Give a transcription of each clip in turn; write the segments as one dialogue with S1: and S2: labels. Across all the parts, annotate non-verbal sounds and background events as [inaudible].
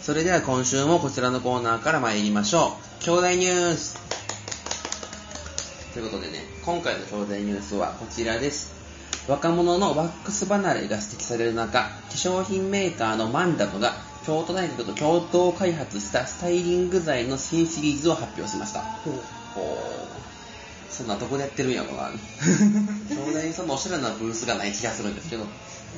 S1: それでは今週もこちらのコーナーから参りましょう。兄弟ニュースということでね、今回の兄弟ニュースはこちらです。若者のワックス離れが指摘される中、化粧品メーカーのマンダムが京都大学と共同開発したスタイリング剤の新シリーズを発表しました。
S2: ほう
S1: ほうそんなどこでやってるんやろうな兄弟さんのおしゃれなブースがない気がするんですけど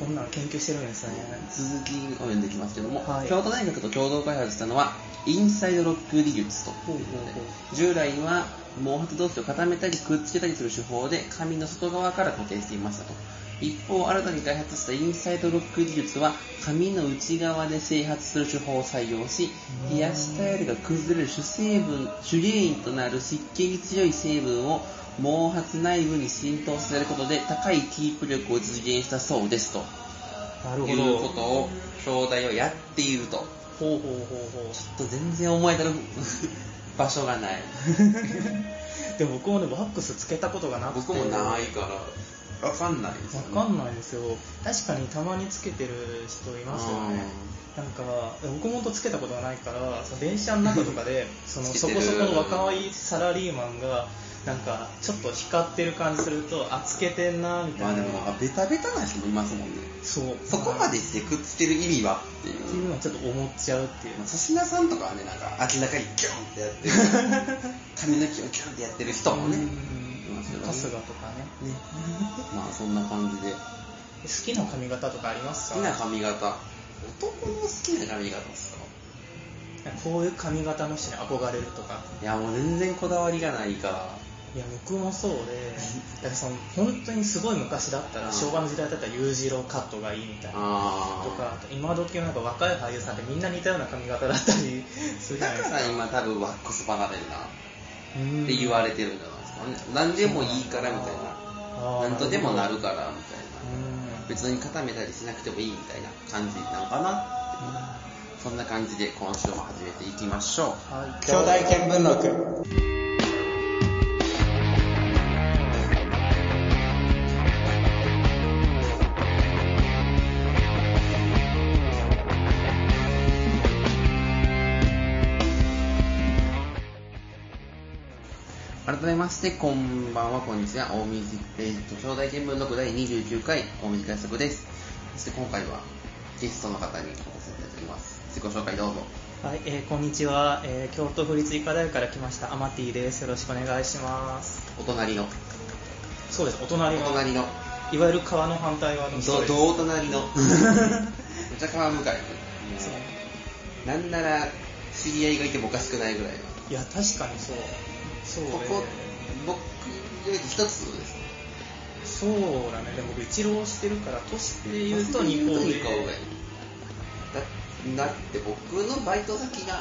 S2: こんなん研究してるんですね。
S1: 続きを読んでいきますけども、
S2: はい
S1: 京都大学と共同開発したのはインサイドロック技術と
S2: ほうほう
S1: 従来は毛髪同士を固めたりくっつけたりする手法で髪の外側から固定していましたと一方新たに開発したインサイドロック技術は髪の内側で整髪する手法を採用し
S2: うん
S1: 冷やしたよりが崩れる主成分主原因となる湿気に強い成分を毛髪内部に浸透させることで高いキープ力を実現したそうですと
S2: なるほど。
S1: いうことを兄弟はやっているとちょ
S2: ほうほうほうほう。
S1: っと全然思い当たる [laughs] 場所がない
S2: でも僕もね、ワックスつけたことがなくて。
S1: 僕もないからわかんないですよ
S2: わかんないですよ。確かにたまにつけてる人いますよね。なんか、僕もほんとつけたことがないから、その電車の中とか [laughs] で、その
S1: つ
S2: そ
S1: け
S2: こ
S1: てる
S2: そこの若いサラリーマンが、なんか、ちょっと光ってる感じすると、あ、つけてんな、み
S1: ま
S2: た
S1: あ
S2: い
S1: で
S2: な。
S1: もなんかベタベタな人もいますもんね
S2: そう。
S1: そこまでしてくっつける意味はってい
S2: っていううのはちょっと思っちゃうっていう
S1: まあ。粗品さんとかはねなんか明らかにギュンってやって [laughs] る髪の毛をギュンってやってる人もね
S2: うん
S1: ますよね
S2: 春日とかね。
S1: ねまあそんな感じで
S2: [laughs] 好きな髪型とかありますか
S1: 好きな髪型男の好きな髪型ですか
S2: こういう髪型の人に憧れるとか
S1: いやもう全然こだわりがないから
S2: いや僕
S1: [laughs]
S2: もそうでだからその本当にすごい昔だった
S1: う
S2: ら
S1: ん
S2: 昭和の時代だったら裕次郎カットがいいみたいな
S1: あ
S2: と
S1: ー
S2: かあと今時のなんか若い俳優さんってみんな似たような髪型だったりするじ
S1: だ
S2: ゃないで
S1: か
S2: すから
S1: 今多分ワックス離れるな
S2: うん
S1: って言われてるんじゃないですかね、何でもいいからみたい
S2: あ
S1: な
S2: ー
S1: 何とでもなる
S2: う
S1: からみたいな、
S2: ん
S1: 別に固めたりしなくてもいいみたいな感じなのかなそんな感じで今週も始めていきましょう
S2: はい
S1: 見聞録改めまして、こんばんは、こんにちは。大水ペイと兄弟見聞録第29回、大水快速です。そして今回はゲストの方にお越しいただいております。自己紹介どうぞ。
S2: はい、えーこんにちは、えー京都府立医科大学から来ましたアマティですよろしくお願いします
S1: お隣の。
S2: そうですお隣
S1: お
S2: の
S1: 隣の。
S2: いわゆる川の反対側の人
S1: ど、
S2: です
S1: どう隣の。めちゃ川向かい。
S2: そう
S1: なんなら、知り合いがいてもおかしくないぐらいの。
S2: いや確かにそうそう
S1: こ
S2: ね
S1: こ、僕より一つです。
S2: そうだねでも僕一浪してるから年で言うと2
S1: 二個
S2: 個上
S1: 上だ。だって僕のバイト先が、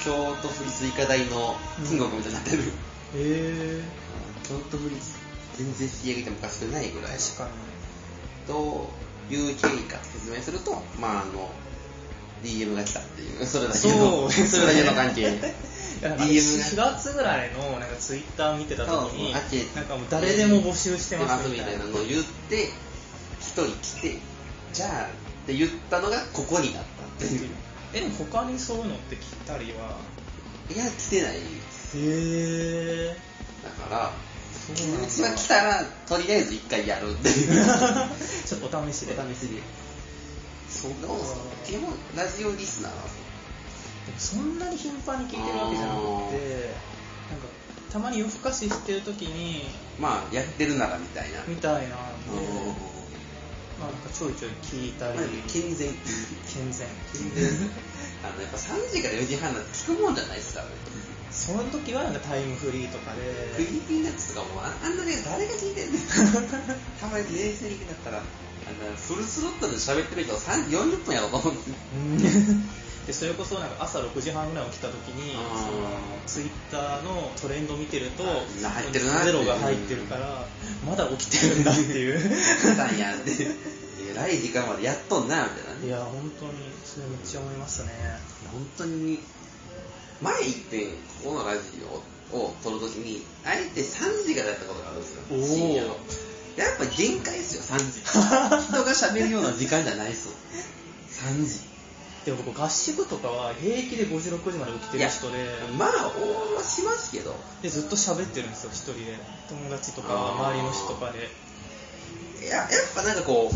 S1: 京都府立医科大の金額みたいになってる。
S2: へえ
S1: 京都府立、全然知り合いがいてもおかしくないぐらい。
S2: 確か
S1: どういう経緯か説明すると、まああの、DM が来たっていう、 [laughs] それだ
S2: に
S1: けの、それだけの関係。
S2: いやなんか
S1: DM が
S2: 4月ぐらいのなんかツイッター見てた時に
S1: そうそう
S2: なんかもう誰でも募集して
S1: 出ま
S2: ます
S1: すみ
S2: みた
S1: た
S2: い
S1: い
S2: な
S1: なのを言って、一人来て、じゃあって言ったのがここになったっていう。
S2: えでも他にそういうのって聞いたりはい
S1: や、来てない。
S2: へえ
S1: だから、
S2: そう
S1: 気
S2: なん
S1: 持ちは来た
S2: だ
S1: ら、とりあえず一回やるって
S2: [laughs]
S1: いう。
S2: ちょっとお試しで
S1: お試しで。そうか、基本ラジオリスナーなんですよ
S2: そんなに頻繁に聞いてるわけじゃなく
S1: あ
S2: て
S1: ー
S2: なんかたまに夜更かししてる時に
S1: まあ、やってるならみたいな。
S2: みたいなん
S1: う
S2: で、
S1: ん
S2: まあ、なんかちょいちょい聞いたり
S1: まあ健全。
S2: 健全
S1: [laughs] あのやっぱ3時から4時半なんて聞くもんじゃないですからね。
S2: その時はなんかタイムフリーとか
S1: クリ
S2: で
S1: ーピーナッツとかもああんなね誰が聞いてんねん。 [laughs] たまに冷静になったら、あのフルスロットで喋ってるけど3時40分やろうと思って。 [laughs]
S2: でそれこそなんか朝6時半ぐらい起きた時に
S1: あー
S2: そのツイッターのトレンド見てると
S1: な入ってるなって
S2: ゼロが入ってるからまだ起きてるんだっていう
S1: 普段やって。 [laughs] えらい時間までやっとんな、みたいなね
S2: い。や本当にそれめっちゃ思いますね
S1: 本当に、前一遍ここのラジオを撮るときに、あえて3時からやったことがあるんですよ。
S2: おー
S1: 深夜のやっぱ限界ですよ、3時。人が喋るような時間じゃないっすよ。3時。
S2: でも僕合宿とかは平気で5時6時まで起きてる人で
S1: まあ応募しますけど
S2: でずっと喋ってるんですよ一人で友達とか周りの人とかで
S1: いややっぱなんかこう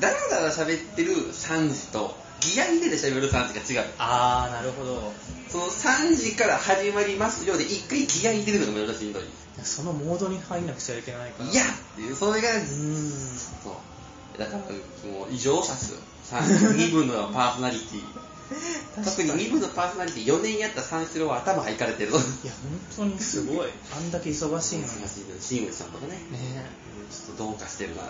S1: ダラダラ喋ってる3時とギア入れて喋る3時が違う
S2: ああなるほど
S1: その3時から始まりますよで一回ギア入れるのがよろしいのに
S2: そのモードに入んなくちゃいけないから
S1: いやっていうそれが
S2: うーん
S1: そうだからもう異常者数2部のパーソナリティ特に2部のパーソナリティ4年やった三四郎は頭はいかれてるぞ
S2: いや本当にすごいあんだけ忙しいのにね
S1: 新内さんとかね [laughs] ちょっとどうかしてるな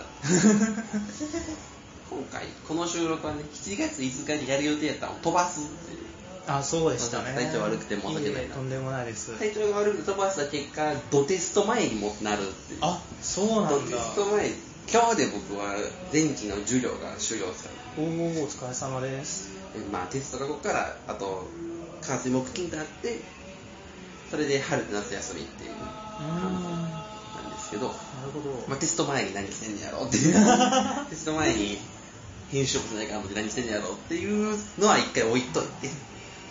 S1: 今回この収録はね7月5日にやる予定やったのを飛ばすっていう
S2: あそうでしたね
S1: 体調悪くて申し訳ないない
S2: ええとんでもないです
S1: 体調が悪く飛ばした結果ドテスト前にもなるっていう
S2: あそうな
S1: ド
S2: ん
S1: テ
S2: だ
S1: スト前今日で僕は前期の授業が終了した
S2: おおお疲れ様です
S1: でまあテストがここからあと関水木金とあってそれで春と夏休みっていう
S2: うーん
S1: 感
S2: な
S1: じなんですけど、
S2: るほど
S1: まあ、テスト前に何してんねやろっていうテスト前に編集物ないから何してんねやろっていうのは一回置いといて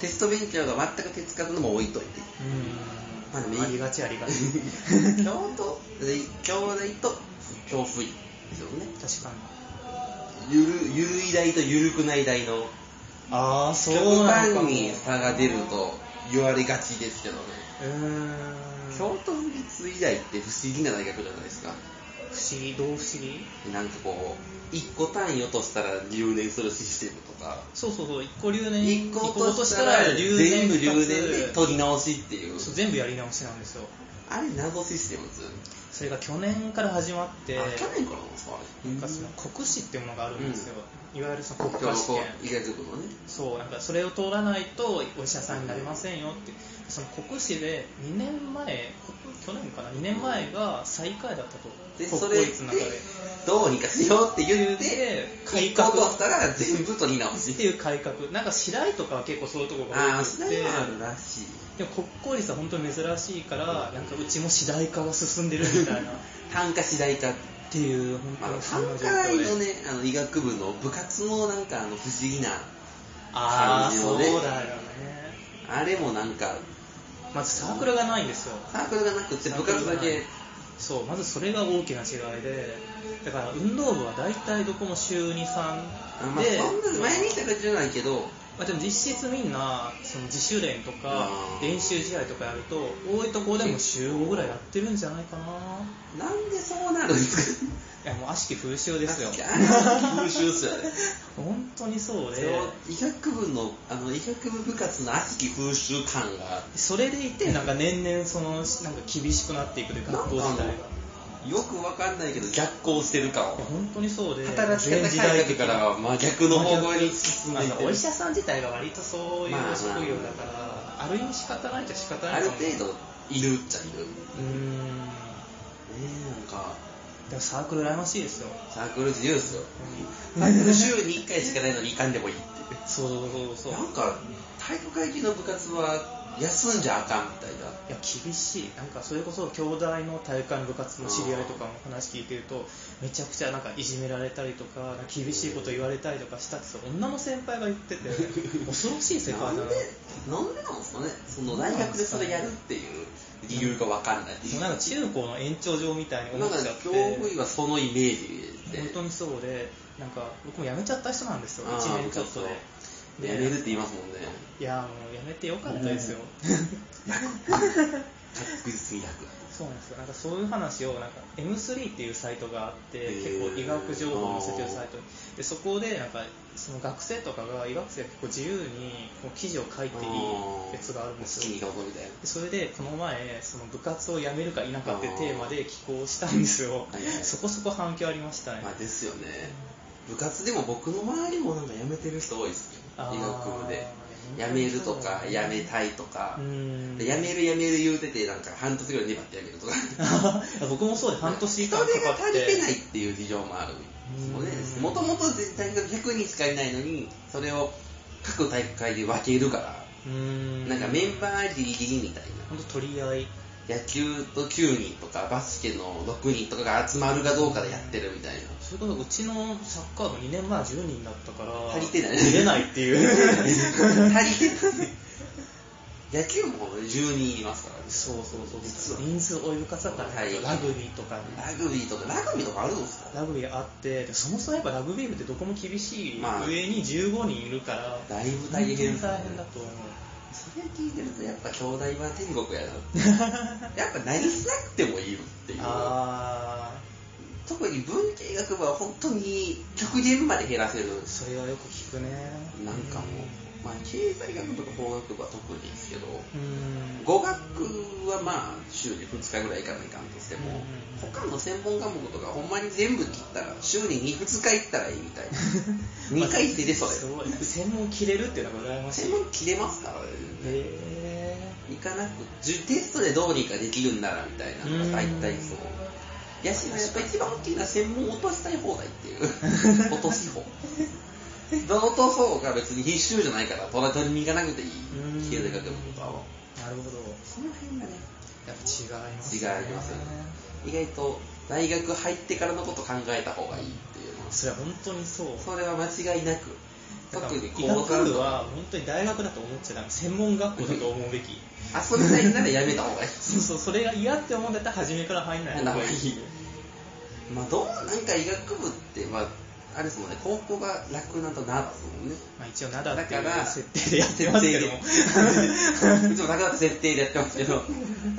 S1: テスト勉強が全く手つかずのも置いとい
S2: [laughs]
S1: てまあでもいい
S2: ありがちありがち
S1: [laughs] 京都で京大と京水ですよね
S2: 確かに
S1: ゆるゆるい大とゆるくない大の
S2: ああそう
S1: 極
S2: なのか
S1: 端
S2: も
S1: に差が出ると言われがちですけどね
S2: うーん
S1: 京都府立医大って不思議な大学じゃないですか
S2: 不思議どう不思議
S1: なんかこう1個単位落としたら留年するシステムとか
S2: そうそうそう一個留年
S1: 1個
S2: 一
S1: 落としたら
S2: 留
S1: 全部
S2: 二つ
S1: 留年で取り直しっていう
S2: そう全部やり直しなんですよ
S1: あれ謎システムですよね
S2: それが去年から始まって
S1: あ去年からなんですかあれ
S2: なんかその国試っていうものがあるんですよ、いわゆるその国家試
S1: 京
S2: 験
S1: 都医学部のね
S2: そうなんかそれを通らないとお医者さんになれませんよってその国試で2年前国去年かな2年前が最下位だったと
S1: で
S2: 国
S1: そ
S2: 公
S1: れで
S2: 立の中で
S1: どうにかしようっていう理由で
S2: で改
S1: 1個落
S2: 革
S1: としたら全部取り直し
S2: っていう改革なんか白井とかは結構そういうところが
S1: ああ
S2: 多
S1: し
S2: く
S1: な
S2: て
S1: いはあるらしい
S2: でも国公立は本当に珍しいからなんかうちも次第化が進んでるみたいなっ
S1: 単価次第化
S2: ていう本
S1: あ
S2: 当
S1: の
S2: にそんな
S1: 短
S2: 状
S1: 科大
S2: 況で
S1: のねあの医学部の部活のなんかあの不思議な
S2: ああそう
S1: 感
S2: だ
S1: じのね
S2: よね
S1: あれもなんか
S2: まずサークルがないんですよ
S1: サークルがなくて部活だけ
S2: そうまずそれが大きな違いでだから運動部は大体どこも週23で、
S1: あまあそんな前にいた感じじゃないけど
S2: まあでも実質みんなその自主練とか
S1: あー
S2: 練習試合とかやると多いところでも週5ぐらいやってるんじゃないかな
S1: なんでそうなるんですか
S2: いやもう悪しき風習ですよ
S1: あ優秀っすよね
S2: [laughs] 本当にそう
S1: そ
S2: で
S1: れを医学部のあの医学部部活の悪しき風習感が
S2: それでいてなんか年々そのなんか厳しくなっていくで学校自体が
S1: なんかよくわかんないけど逆行してる感を
S2: いや本当にそうで
S1: 働き方改革から真逆の方向に進んでいっ
S2: ま
S1: て
S2: あ
S1: る
S2: お医者さん自体が割とそういう
S1: まあ
S2: 職業だから、ある意味仕方ないっちゃ仕方な
S1: あ
S2: い
S1: る
S2: かも
S1: 程度いるっちゃいるね
S2: うーん
S1: えなんか
S2: でもサークル羨ましいですよ
S1: サークル自由っすよサークル週に1回しかないのに行かんでもいいっていう
S2: そうそうそうそう
S1: なんか体育会系の部活は休んじゃあかんみたいない
S2: や厳しいなんかそれこそ兄弟の大会の部活の知り合いとかも話聞いてるとめちゃくちゃなんかいじめられたりとかなんか厳しいこと言われたりとかしたってそう女の先輩が言 [laughs] ってて恐ろしい世界だ
S1: なんで
S2: な
S1: なんでなんですかねその大学でそれやるっていう理由がわかんない
S2: もうなんか中高の延長上みたいに思
S1: な
S2: っ
S1: ん
S2: ち
S1: か
S2: ゃって
S1: 教務員はそのイメージで
S2: 本当にそうでなんか僕も辞めちゃった人なんですよ1年ちょっとで
S1: でやめるって言いますもんね
S2: いやもう辞めてよかったですよ、
S1: [laughs] 確実に楽
S2: そうなんですよなんかそういう話をなんか M3 っていうサイトがあって、
S1: へー
S2: 結構医学情報を載せてるサイトでそこでなんかその学生とかが医学生が結構自由にこう記事を書いていいやつがあるんです
S1: 好き
S2: よ
S1: に頑張るみたいな
S2: でそれでこの前その部活を辞めるか否かっていうテーマで寄稿したんですよ
S1: あーはいはい
S2: そこそこ反響ありましたね、
S1: まあですよね部活でも僕の周りもなんか辞めてる人多いですよ
S2: あー
S1: 医学部で辞めるとか辞めたいとか
S2: うーん
S1: で辞める辞める言うててなんか半年ぐらい粘って辞めるとか
S2: [laughs] 僕もそうで半 [laughs] 年以
S1: 人手
S2: 下
S1: が
S2: とかか
S1: 足
S2: っ
S1: りてない
S2: て
S1: っていう事情もある
S2: うん
S1: ですもともと全体が100人しかいないのにそれを各大会で分けるから
S2: うーん
S1: なんかメンバーギリギリみたい
S2: 本当取り合い
S1: な野球と9人とかバスケの6人とかが集まるかどうかでやってるみたいな
S2: それこそうちのサッカー部2年前は10人だったから
S1: 足りてない
S2: 見れない
S1: [laughs]
S2: っていう
S1: 足りてない野球も10人いますからね
S2: そうそうそう
S1: 実は
S2: 人数多い部活だったら、
S1: はい
S2: ラグビーとかね
S1: ラグビーとかラグビーとかあるんですか
S2: ラグビーあってでそもそもやっぱラグビー部ってどこも厳しい
S1: まあ
S2: 上に15人いるから、
S1: だいぶ大変ですね
S2: 本当に大変だと思う
S1: それ聞いてるとやっぱ兄弟は天国やなやっぱ何しなくてもいいよっていう
S2: ああ
S1: 特に文系学部は本当に極限まで減らせる
S2: それはよく聞くね
S1: なんかもう、まあ、経済学部とか法学部は特にですけど
S2: うん
S1: 語学はまあ週に2日ぐらい行かないかんとしても
S2: う
S1: 他の専門科目とかほんまに全部切ったら週に2日行ったらいいみ
S2: [laughs]
S1: たいな2回生でそれ
S2: すごい専門切れるっていうのが羨
S1: [laughs]
S2: ましい
S1: 専門切れますからね
S2: へえ
S1: 行かなくじゅテストでどうにかできるんならみたいなのが大体そうやしやっぱ一番大きいのは専門落としたい放題っていう
S2: [laughs]
S1: 落とし方どう落とそうが別に必修じゃないからトラ取りに行かなくていい
S2: うん
S1: 経済学部とかは
S2: なるほど
S1: その辺がね
S2: やっぱ違います
S1: 違いますよね意外と大学入ってからのこと考えた方がいいっていうのは
S2: それは本当にそう
S1: それは間違いなく
S2: だから
S1: 特に
S2: 医
S1: 高
S2: 学
S1: 三
S2: 部
S1: とか
S2: は本当に大学だと思っちゃダメ専門学校だと思うべき
S1: 遊びたいならやめた方がいい
S2: [laughs] そうそうそれが嫌って思うんだったら初めから入んない方がいい
S1: [laughs] まあどうなんか医学部ってまああれですもんね高校が楽なんとなですもんね
S2: まあ一応灘ってい
S1: だから
S2: う設定でやってますけども
S1: [laughs] いつも楽だって設定でやってますけ
S2: [laughs]
S1: ど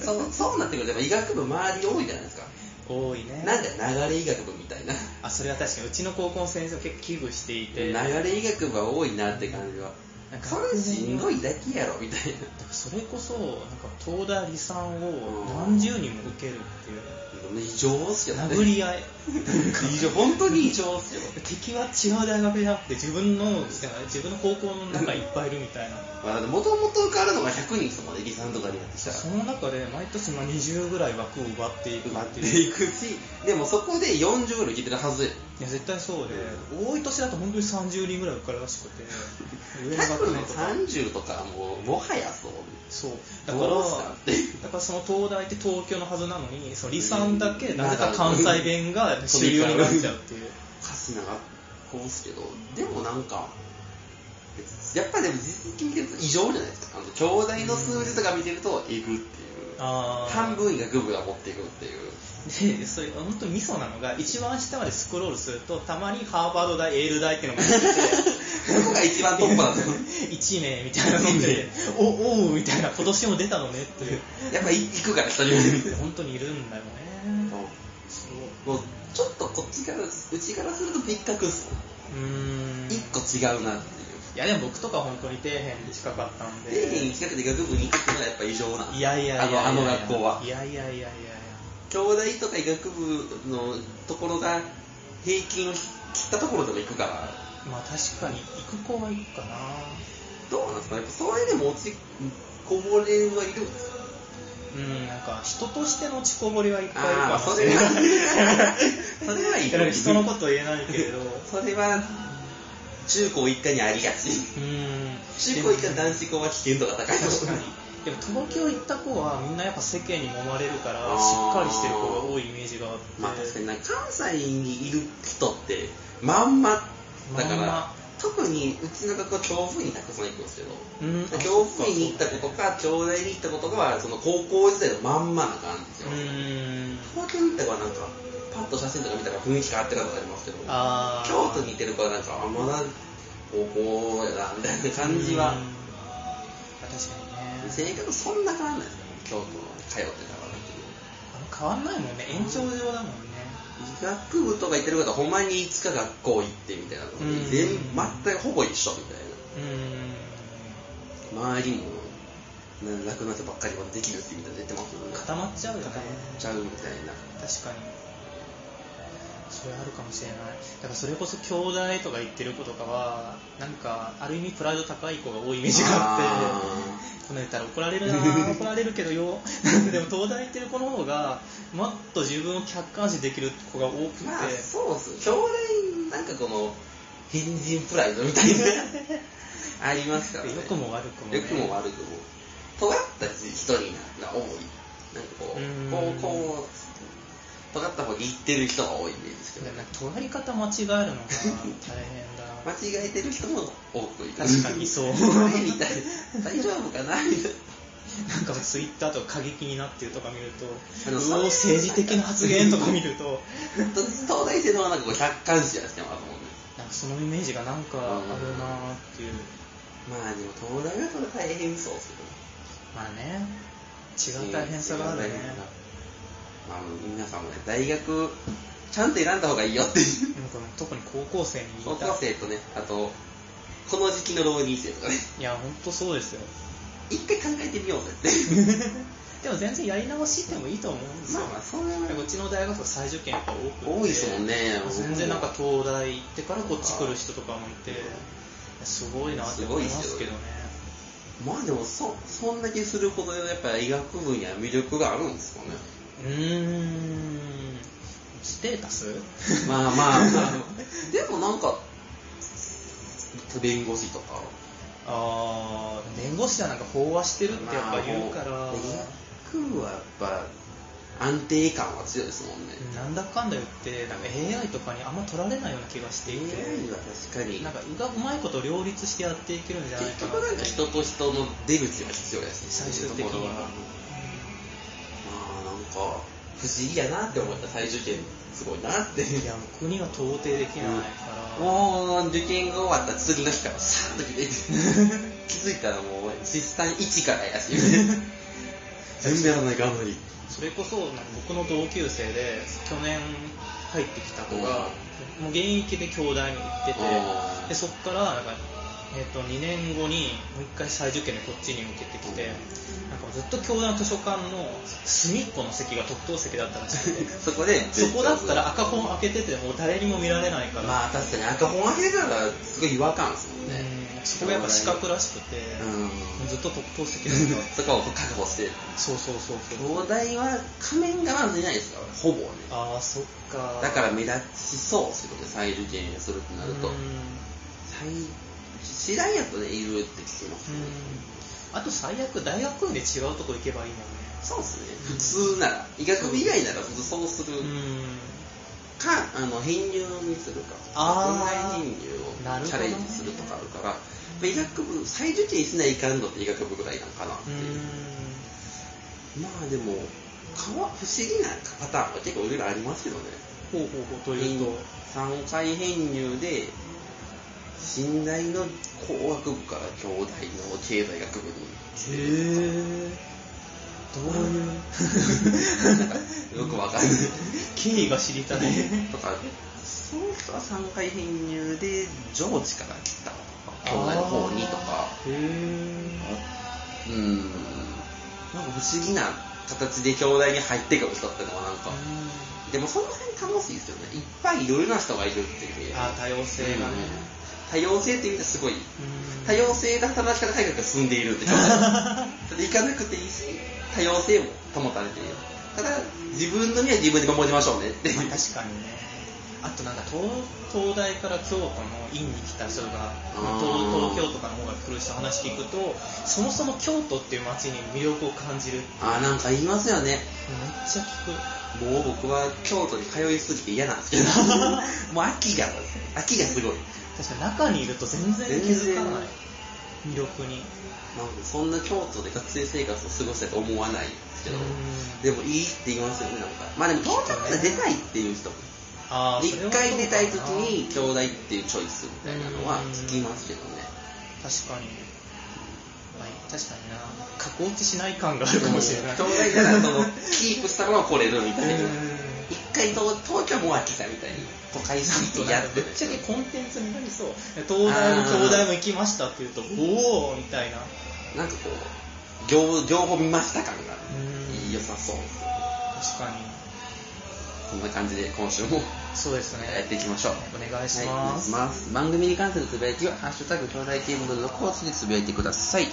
S1: そうそうなってくるとやっぱ医学部周り多いじゃないですか
S2: 多いね
S1: なんか流れ医学部みたいな
S2: あそれは確かにうちの高校の先生も結構危惧していてなんか
S1: 流れ医学部は多いなって感じは
S2: なんか
S1: それしんどいだけやろみたいな
S2: それこそなんか東大理産を何十人も受けるっていう
S1: 異常っすよね
S2: 殴り合い
S1: 異常 [laughs] 本当に異常っすよ
S2: 敵は違う大学じゃなくて自分の自分の高校の中いっぱいいるみたいな
S1: もともと受かるのが100人とかで理さんとかになってきたら
S2: その中で毎年まあ20ぐらい枠を奪っていく
S1: 埋
S2: っ
S1: ってて [laughs]
S2: いう
S1: いくしでもそこで40ぐらい受けてるはずや
S2: いや絶対そうで多い年だと本当に30人ぐらい受からしくて上の
S1: タク
S2: 学
S1: の [laughs]
S2: 年とか
S1: 30とかもうもはやそう
S2: そうだ
S1: ど
S2: から
S1: うしたっていう
S2: だからその東大って東京のはずなのにその理産だけなぜか関西弁
S1: うん
S2: が主流になっちゃうっていう
S1: かしながこうすけどでもなんかやっぱでも実績見てると異常じゃないですかあの京大の数字とか見てるとえぐっていう
S2: あー
S1: 半分医学部が持っていくっていう
S2: でそれ本当にミソなのが一番下までスクロールするとたまにハーバード大エール大っていうのが出てき
S1: そこが一番トップなんです
S2: [laughs]
S1: よ
S2: て1名みたいなのでおおうみたいな今年も出たのねっていう
S1: やっぱい行くから一人目
S2: 本当にいるんだよねそう
S1: もうちょっとこっちからうちからすると別格っす
S2: うーん
S1: 一個違うなっていう
S2: いやでも僕とか本当に底辺に近かったん
S1: 底辺
S2: で
S1: に近くで学部に行くっていうのはやっぱ異常ない
S2: やいやいやいや
S1: あのあの学校はい
S2: やいやいやいやいや
S1: 京大とか医学部のところが平均を切ったところでも行くから
S2: まあ確かに行く子は行くかな
S1: どうなんですかねやっぱそれでも落ちこぼれはいるんですか
S2: うんなんか人としての落ちこぼれはいっぱいいるか
S1: ああ
S2: も
S1: そ
S2: し
S1: れ
S2: れ
S1: は
S2: ない
S1: それはい
S2: い
S1: い
S2: やなんか [laughs] 人のことは言えないけれど
S1: それは中高一貫にありがち
S2: うん
S1: 中高一貫男子校は危険度が高い
S2: 確かにでも東京行った子はみんなやっぱ世間に揉まれるから
S1: あー
S2: しっかりしてる子が多いイメージがあって、
S1: まあ確かにな関西にいる人ってまんまだから、
S2: まんま
S1: 特にうちの学校は調布にたくさん行くんですけど
S2: うん
S1: 教布院に行ったことか、京大に行ったことかは、その高校時代のまんまな感じですよ。
S2: うん
S1: 東京に行った子はなんか、パッと写真とか見たら雰囲気変わってたことありますけど、
S2: あー
S1: 京都にいてる子はなんか、あんまだ高校やな、みたいな感じは
S2: うん、あ確かにね
S1: 性格そんな変わんないですよ、京都の通ってたからっていう。
S2: あの変わんないもんね延長上だもんね
S1: 医学部とか行ってる方は、ほんまにいつか学校行ってみたいなので
S2: うん
S1: 全全くほぼ一緒みたいな。
S2: う
S1: 周
S2: ん
S1: りも、な楽な人ばっかりはできるってみたいな言ってますよね。
S2: 固まっちゃうよね
S1: 固まっちゃうみたいな。
S2: 確かにそれあるかもしれないだからそれこそ京大とか行ってる子とかはなんかある意味プライド高い子が多いイメージがあって
S1: あー
S2: この言ったら怒られるな
S1: [laughs]
S2: 怒られるけどよ [laughs] でも東大行ってる子の方がもっと自分を客観視できる子が多くて、
S1: まあそうっすよ兄弟なんかこの変人プライドみたい [laughs] なありますからね
S2: 良くも悪くもね
S1: 良くも悪くも尖った人になが多いなんかこ
S2: う
S1: うんこうこう尖った方に行ってる人が多いんですけど
S2: でもなんか捉え方間違える
S1: [laughs]
S2: のが大変だな
S1: 間違えてる人も多くいる
S2: 確かにそう
S1: これみたい大丈夫かなみたいな
S2: なんかツイッターとか過激になってるとか見ると、
S1: あ
S2: う
S1: の
S2: お
S1: さ
S2: ー政治的な発言とか見ると、
S1: 東大生のはなんかこう客観視はしてますもんね
S2: なんかそのイメージがなんかあるなーっていう、
S1: まあでも東大はそれ大変そうですけど
S2: まあね、違う大変さがあるね。
S1: 違う大変さまあ皆さんもね大学ちゃんと選んだ方がいいよっていう
S2: なんか特に高校生に言
S1: 高
S2: いた
S1: 校生とねあとこの時期の浪人生とかね
S2: いや、本当そうですよ。
S1: 一回考えてみようぜって
S2: [laughs] でも全然やり直しってもいいと思うんですよ。
S1: まあまあそれは
S2: うちの大学は再受験やっぱ多くて
S1: 多いですもんね
S2: 全然なんか東大行ってからこっち来る人とかもいてすごいなって思いますけどね
S1: まあでもそそんだけすることでやっぱ医学部には魅力があるんですか
S2: [laughs]
S1: ね
S2: うーんステータス
S1: まあまあ
S2: [laughs]
S1: まあでもなんか弁護士とか
S2: あー弁護士はなんか飽和してるってやっぱ言うから、
S1: まあ医学部はやっぱ安定感は強いですもんね、
S2: なんだかんだ言ってなんか AI とかにあんま取られないような気がしていて、
S1: AI は確かに
S2: なんかうがうまいこと両立してやっていけるんじゃない
S1: 結
S2: か
S1: 局
S2: な
S1: なんか人と人の出口が必要やし
S2: 最終的に
S1: そういうところ
S2: は
S1: まあなんか不思議やなって思った最終点すごいなって
S2: いや国が到底できないから、
S1: もう受験が終わった次の日からさーっと来て [laughs] 気づいたらもう実際1からや
S2: [laughs]
S1: し全部やらないかんのに
S2: それこそなんか僕の同級生で去年入ってきた子が、もう現役で京大に行ってて
S1: あー
S2: でそこからなんか、えっと2年後にもう1回再受験でこっちに向けてきてなんかずっと京大の図書館の隅っこの席が特等席だったらしくて
S1: [laughs] そこで
S2: そこだったら赤本開けててもう誰にも見られないから、
S1: まあ確かに赤本開けたらすごい違和感ですもんね
S2: うんそこがやっぱ資格らしくて、
S1: うん
S2: ずっと特等席だった
S1: [laughs] そこを確保して
S2: そうそうそうそう
S1: 東大は仮面がまずいないですからほぼね
S2: ああそっか
S1: だから目立ちそうですよね再受験するってなると
S2: うん
S1: 再次第やとねいるって聞きますね
S2: あと最悪大学院で違うとこ行けばいいもんね
S1: そうですね普通なら医学部以外なら普通そうするかあの編入にするか
S2: あー
S1: オンライン編
S2: な
S1: 入を
S2: るほ
S1: チ
S2: ど
S1: ャ
S2: ね
S1: レンジするとかあるからまあ医学部再受験しないかんのって医学部ぐらいなんかなって
S2: う
S1: いうんまあでもかわ不思議なパターンは結構いろいろありますよね
S2: ほうほうほうというと
S1: 3回編入で信大の工学部から京大の経済学部に
S2: へえどういう [laughs]
S1: なんかよくわかんない
S2: 経緯が知りたい
S1: とかその人は3回編入で上智から来たとか京大の方にとか
S2: へえ
S1: うんなんか不思議な形で京大に入ってくる人ってのはなんか、でもその辺楽しいですよねいっぱいいろいろな人がいるっていう意味で
S2: ああ多様性がね
S1: 多様性っていう意味ですごい
S2: うん
S1: 多様性な働き方改革が進んでいるって感じ
S2: [laughs]
S1: それ行かなくていいし多様性も保たれているただ自分の身は自分で守りましょうねっていう
S2: まあ確かにねあとなんか東東大から京都の院に来た人が
S1: あー
S2: 東東京とかの方が来る人の話聞くとそもそも京都っていう街に魅力を感じるめっ
S1: ああなんか言いますよね
S2: ちゃ聞く
S1: もう僕は京都に通いすぎて嫌なんですけど [laughs] もう秋が秋がすごい
S2: 確かに中にいると全然気づかない魅力に
S1: なんかそんな京都で学生生活を過ごしたいと思わないですけど
S2: うん
S1: でもいいって言いますよねなんかまあでも東京から出たいっていう人も
S2: あーそれ
S1: 一
S2: は
S1: 回
S2: そう
S1: 出
S2: かな
S1: たい時に兄弟っていうチョイスみたいなのはつきますけどね
S2: 確かに、まあ、確かにな過落ちしない感があるかもしれない
S1: 兄弟ならそのキープしたまま来れるみたいな
S2: うん
S1: 一回東東京も飽きたみたいに都会さんと
S2: いや
S1: や
S2: ぶ
S1: っ
S2: ってちゃけコンテンツになりそう東大も東大も行きましたって言うとおおみたいな
S1: なんかこう情情報見ました感が
S2: うん
S1: 良さそうですよね
S2: 確かに
S1: そんな感じで今週も
S2: そうですね
S1: やっていきましょう
S2: お願いし
S1: はいお願
S2: ま
S1: いし
S2: す、
S1: ます番組に関するつぶやきは「ハッシュタグ兄弟ゲームのコース」でつぶやいてください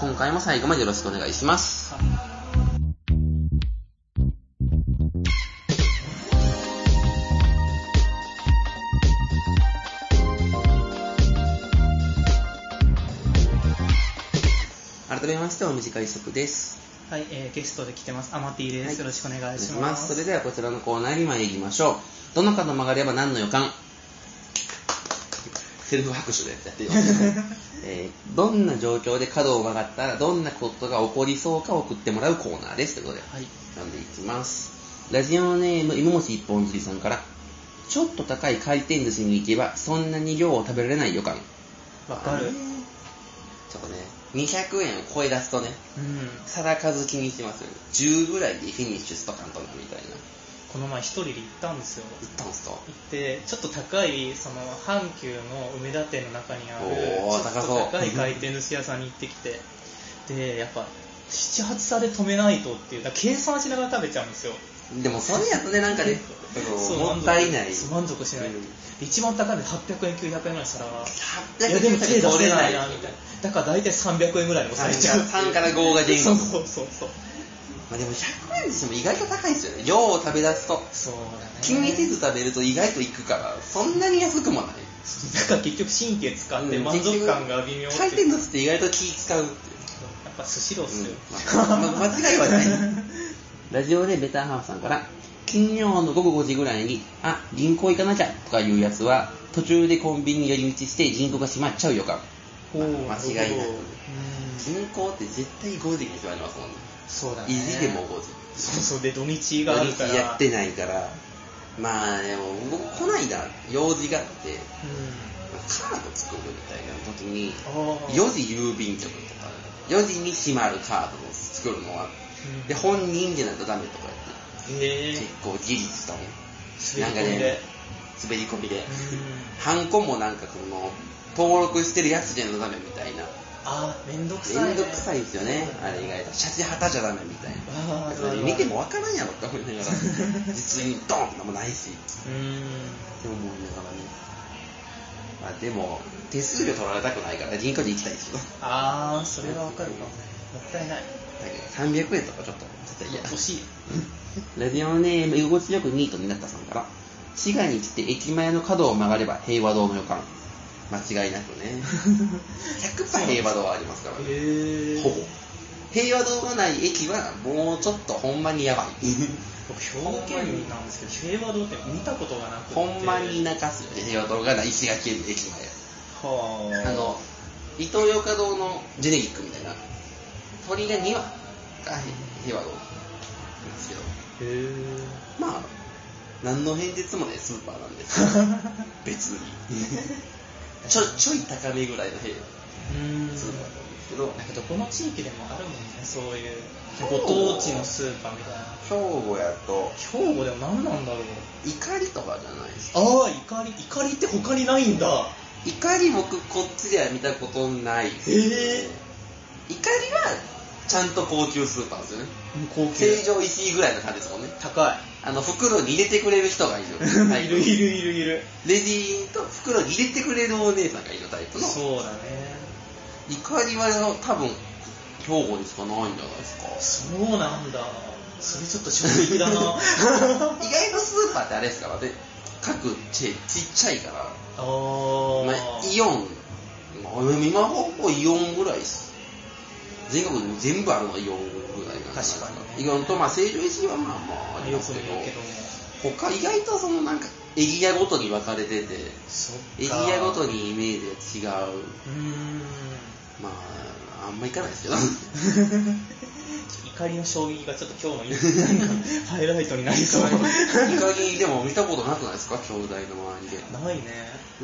S1: 今回も最後までよろしくお願いします改めましてお短い速です
S2: はい、えーゲストで来てます。アマティです、
S1: はい
S2: よろしくお願いし
S1: お願
S2: ま
S1: いしま
S2: す。
S1: す。それではこちらのコーナーに参りましょう。どの角曲がれば何の予感セルフ拍手でやってみます、
S2: [laughs]
S1: えーどんな状況で角を曲がったらどんなことが起こりそうかを送ってもらうコーナーです。ということで、
S2: はい。
S1: 読んでいきます。ラジオネーム、芋餅一本釣りさんから、ちょっと高い回転寿司に行けばそんなに量を食べられない予感。
S2: わかる。
S1: あ
S2: う
S1: のねちょっとね、200円を超え出すとね、
S2: ん。
S1: 定かず気にしてますよね。10ぐらいでフィニッシュストカントなみたいな。
S2: この前一人で行ったんですよ。
S1: 行ったんすか
S2: 行って、ちょっと高い、その、阪急の梅田店の中にある、
S1: おー
S2: ちょっ
S1: 高そう
S2: と高い回転寿司屋さんに行ってきて、で、やっぱ、7、8差で止めないとっていう、だから計算しながら食べちゃうんですよ。
S1: でもそれやとね、なんかね、そ
S2: そう
S1: のもったいない。
S2: そう満足しない、
S1: うん
S2: 一番高いので800円900円ぐらいしたらい
S1: 800
S2: やでも手出
S1: 取
S2: せ
S1: れな
S2: ない
S1: い
S2: なみたいなだから大体300円ぐらいに抑えちゃう
S1: 3から5が限
S2: そう
S1: 界。
S2: そうそうそう
S1: まあでも100円にしても意外と高いですよね。量を食べ出すと。
S2: そうだね
S1: 気にせず食べると意外といくから、そんなに安くもない。
S2: だから結局神経使って
S1: うん
S2: 満足感が微妙って
S1: 回
S2: い
S1: 転
S2: う
S1: 寿司って意外と気使うっていう。
S2: やっぱスシローっすよ、
S1: うんまあ間違いはないラジオでベターハーフさんから金曜の午後5時ぐらいにあ銀行行かなきゃとかいうやつは途中でコンビニ寄り道して銀行が閉まっちゃう予感
S2: [laughs] ほう
S1: まあ間違いなく
S2: うん
S1: 銀行って絶対5時に閉まりますもんね
S2: そうだね
S1: 意地でも5時
S2: そうそうで土日があるか
S1: 土
S2: ら
S1: 日やってないからまあでも僕こないだ用事があって
S2: うん
S1: まあカード作るみたいな時に
S2: ああ
S1: 4時郵便局とか4時に閉まるカードを作るのは
S2: うん
S1: で本人じゃないとダメとかやって
S2: へえ
S1: 結構技術だね
S2: 滑り込みで
S1: 滑り込みで
S2: うん
S1: ハンコもなんかこの登録してるやつじゃないとダメみたいな
S2: あーめんどくさい、ね、
S1: めんどくさいですよねあれ意外とシャチハタじゃダメみたいな
S2: あー
S1: 別に見てもわからんやろって思い
S2: [laughs]
S1: ながら実にドンってのもないし
S2: うーん
S1: って思いながらねまあでも手数料取られたくないから銀行で行きたいですけど
S2: ああそれはわかるかもねもったいない
S1: だけど300円とかちょっと絶対嫌
S2: 欲しい
S1: ラジオネーム、居心地よくニートになったさんから、滋賀に来て駅前の角を曲がれば平和堂の予感。間違いなくね。100%平和堂はありますからね。
S2: へえ
S1: ほぼ。平和堂がない駅は、もうちょっとほんまにやばい。
S2: 僕兵庫県なんですけど平和堂って見たことがなくて
S1: ほんまに泣かすよね、平和堂がない石垣駅
S2: は
S1: 前。あの、伊東洋華堂のジェネリックみたいな。鳥が2羽が平和堂なんですけど。
S2: へえ [laughs]
S1: まあ、何の変哲もないスーパーなんですけど。 [laughs]
S2: う
S1: 別にちょちょい高めぐらいの平和
S2: ーん
S1: スーパーなんですけど
S2: なんかどこの地域でもあるもんねそういうご当地のスーパーみたいな
S1: 兵庫やと
S2: 兵庫でも何なんだろう
S1: 怒りとかじゃないですか
S2: ああ怒り怒りって他にないんだ
S1: 怒り僕こっちでは見たことないです
S2: へえ
S1: 怒りはちゃんと高級スーパーですよね
S2: 高級
S1: 成城石井ぐらいの感じですもんね
S2: 高
S1: あの袋に入れてくれる人 [laughs] がいる
S2: いいるいるいるいる
S1: レディーンと袋に入れてくれるお姉さんがいるタイプの
S2: そうだね
S1: 怒りは多分兵庫にしかないんじゃないですか
S2: [laughs] そうなんだそれちょっと衝撃だなあ
S1: 意外とスーパーってあれですからね各チェーンちっちゃいから、
S2: あ、
S1: まあ、イオン、まあ、今ほぼイオンぐらいです全国に全部あるのはイオンぐらいなんです
S2: 確かにね
S1: イオンとまあ成城石井はまあまああり
S2: よ
S1: ま
S2: く
S1: す
S2: 見
S1: け
S2: る
S1: ど
S2: けども
S1: 他意外とそのなんかエリアごとに分かれてて
S2: そっか
S1: エリアごとにイメージが違う
S2: うーん
S1: まああんま行かないですけど
S2: 怒りの将棋がちょっと今日のハイライトになりそう
S1: 意外にでも見たことなくないですか兄弟の周りで
S2: ないね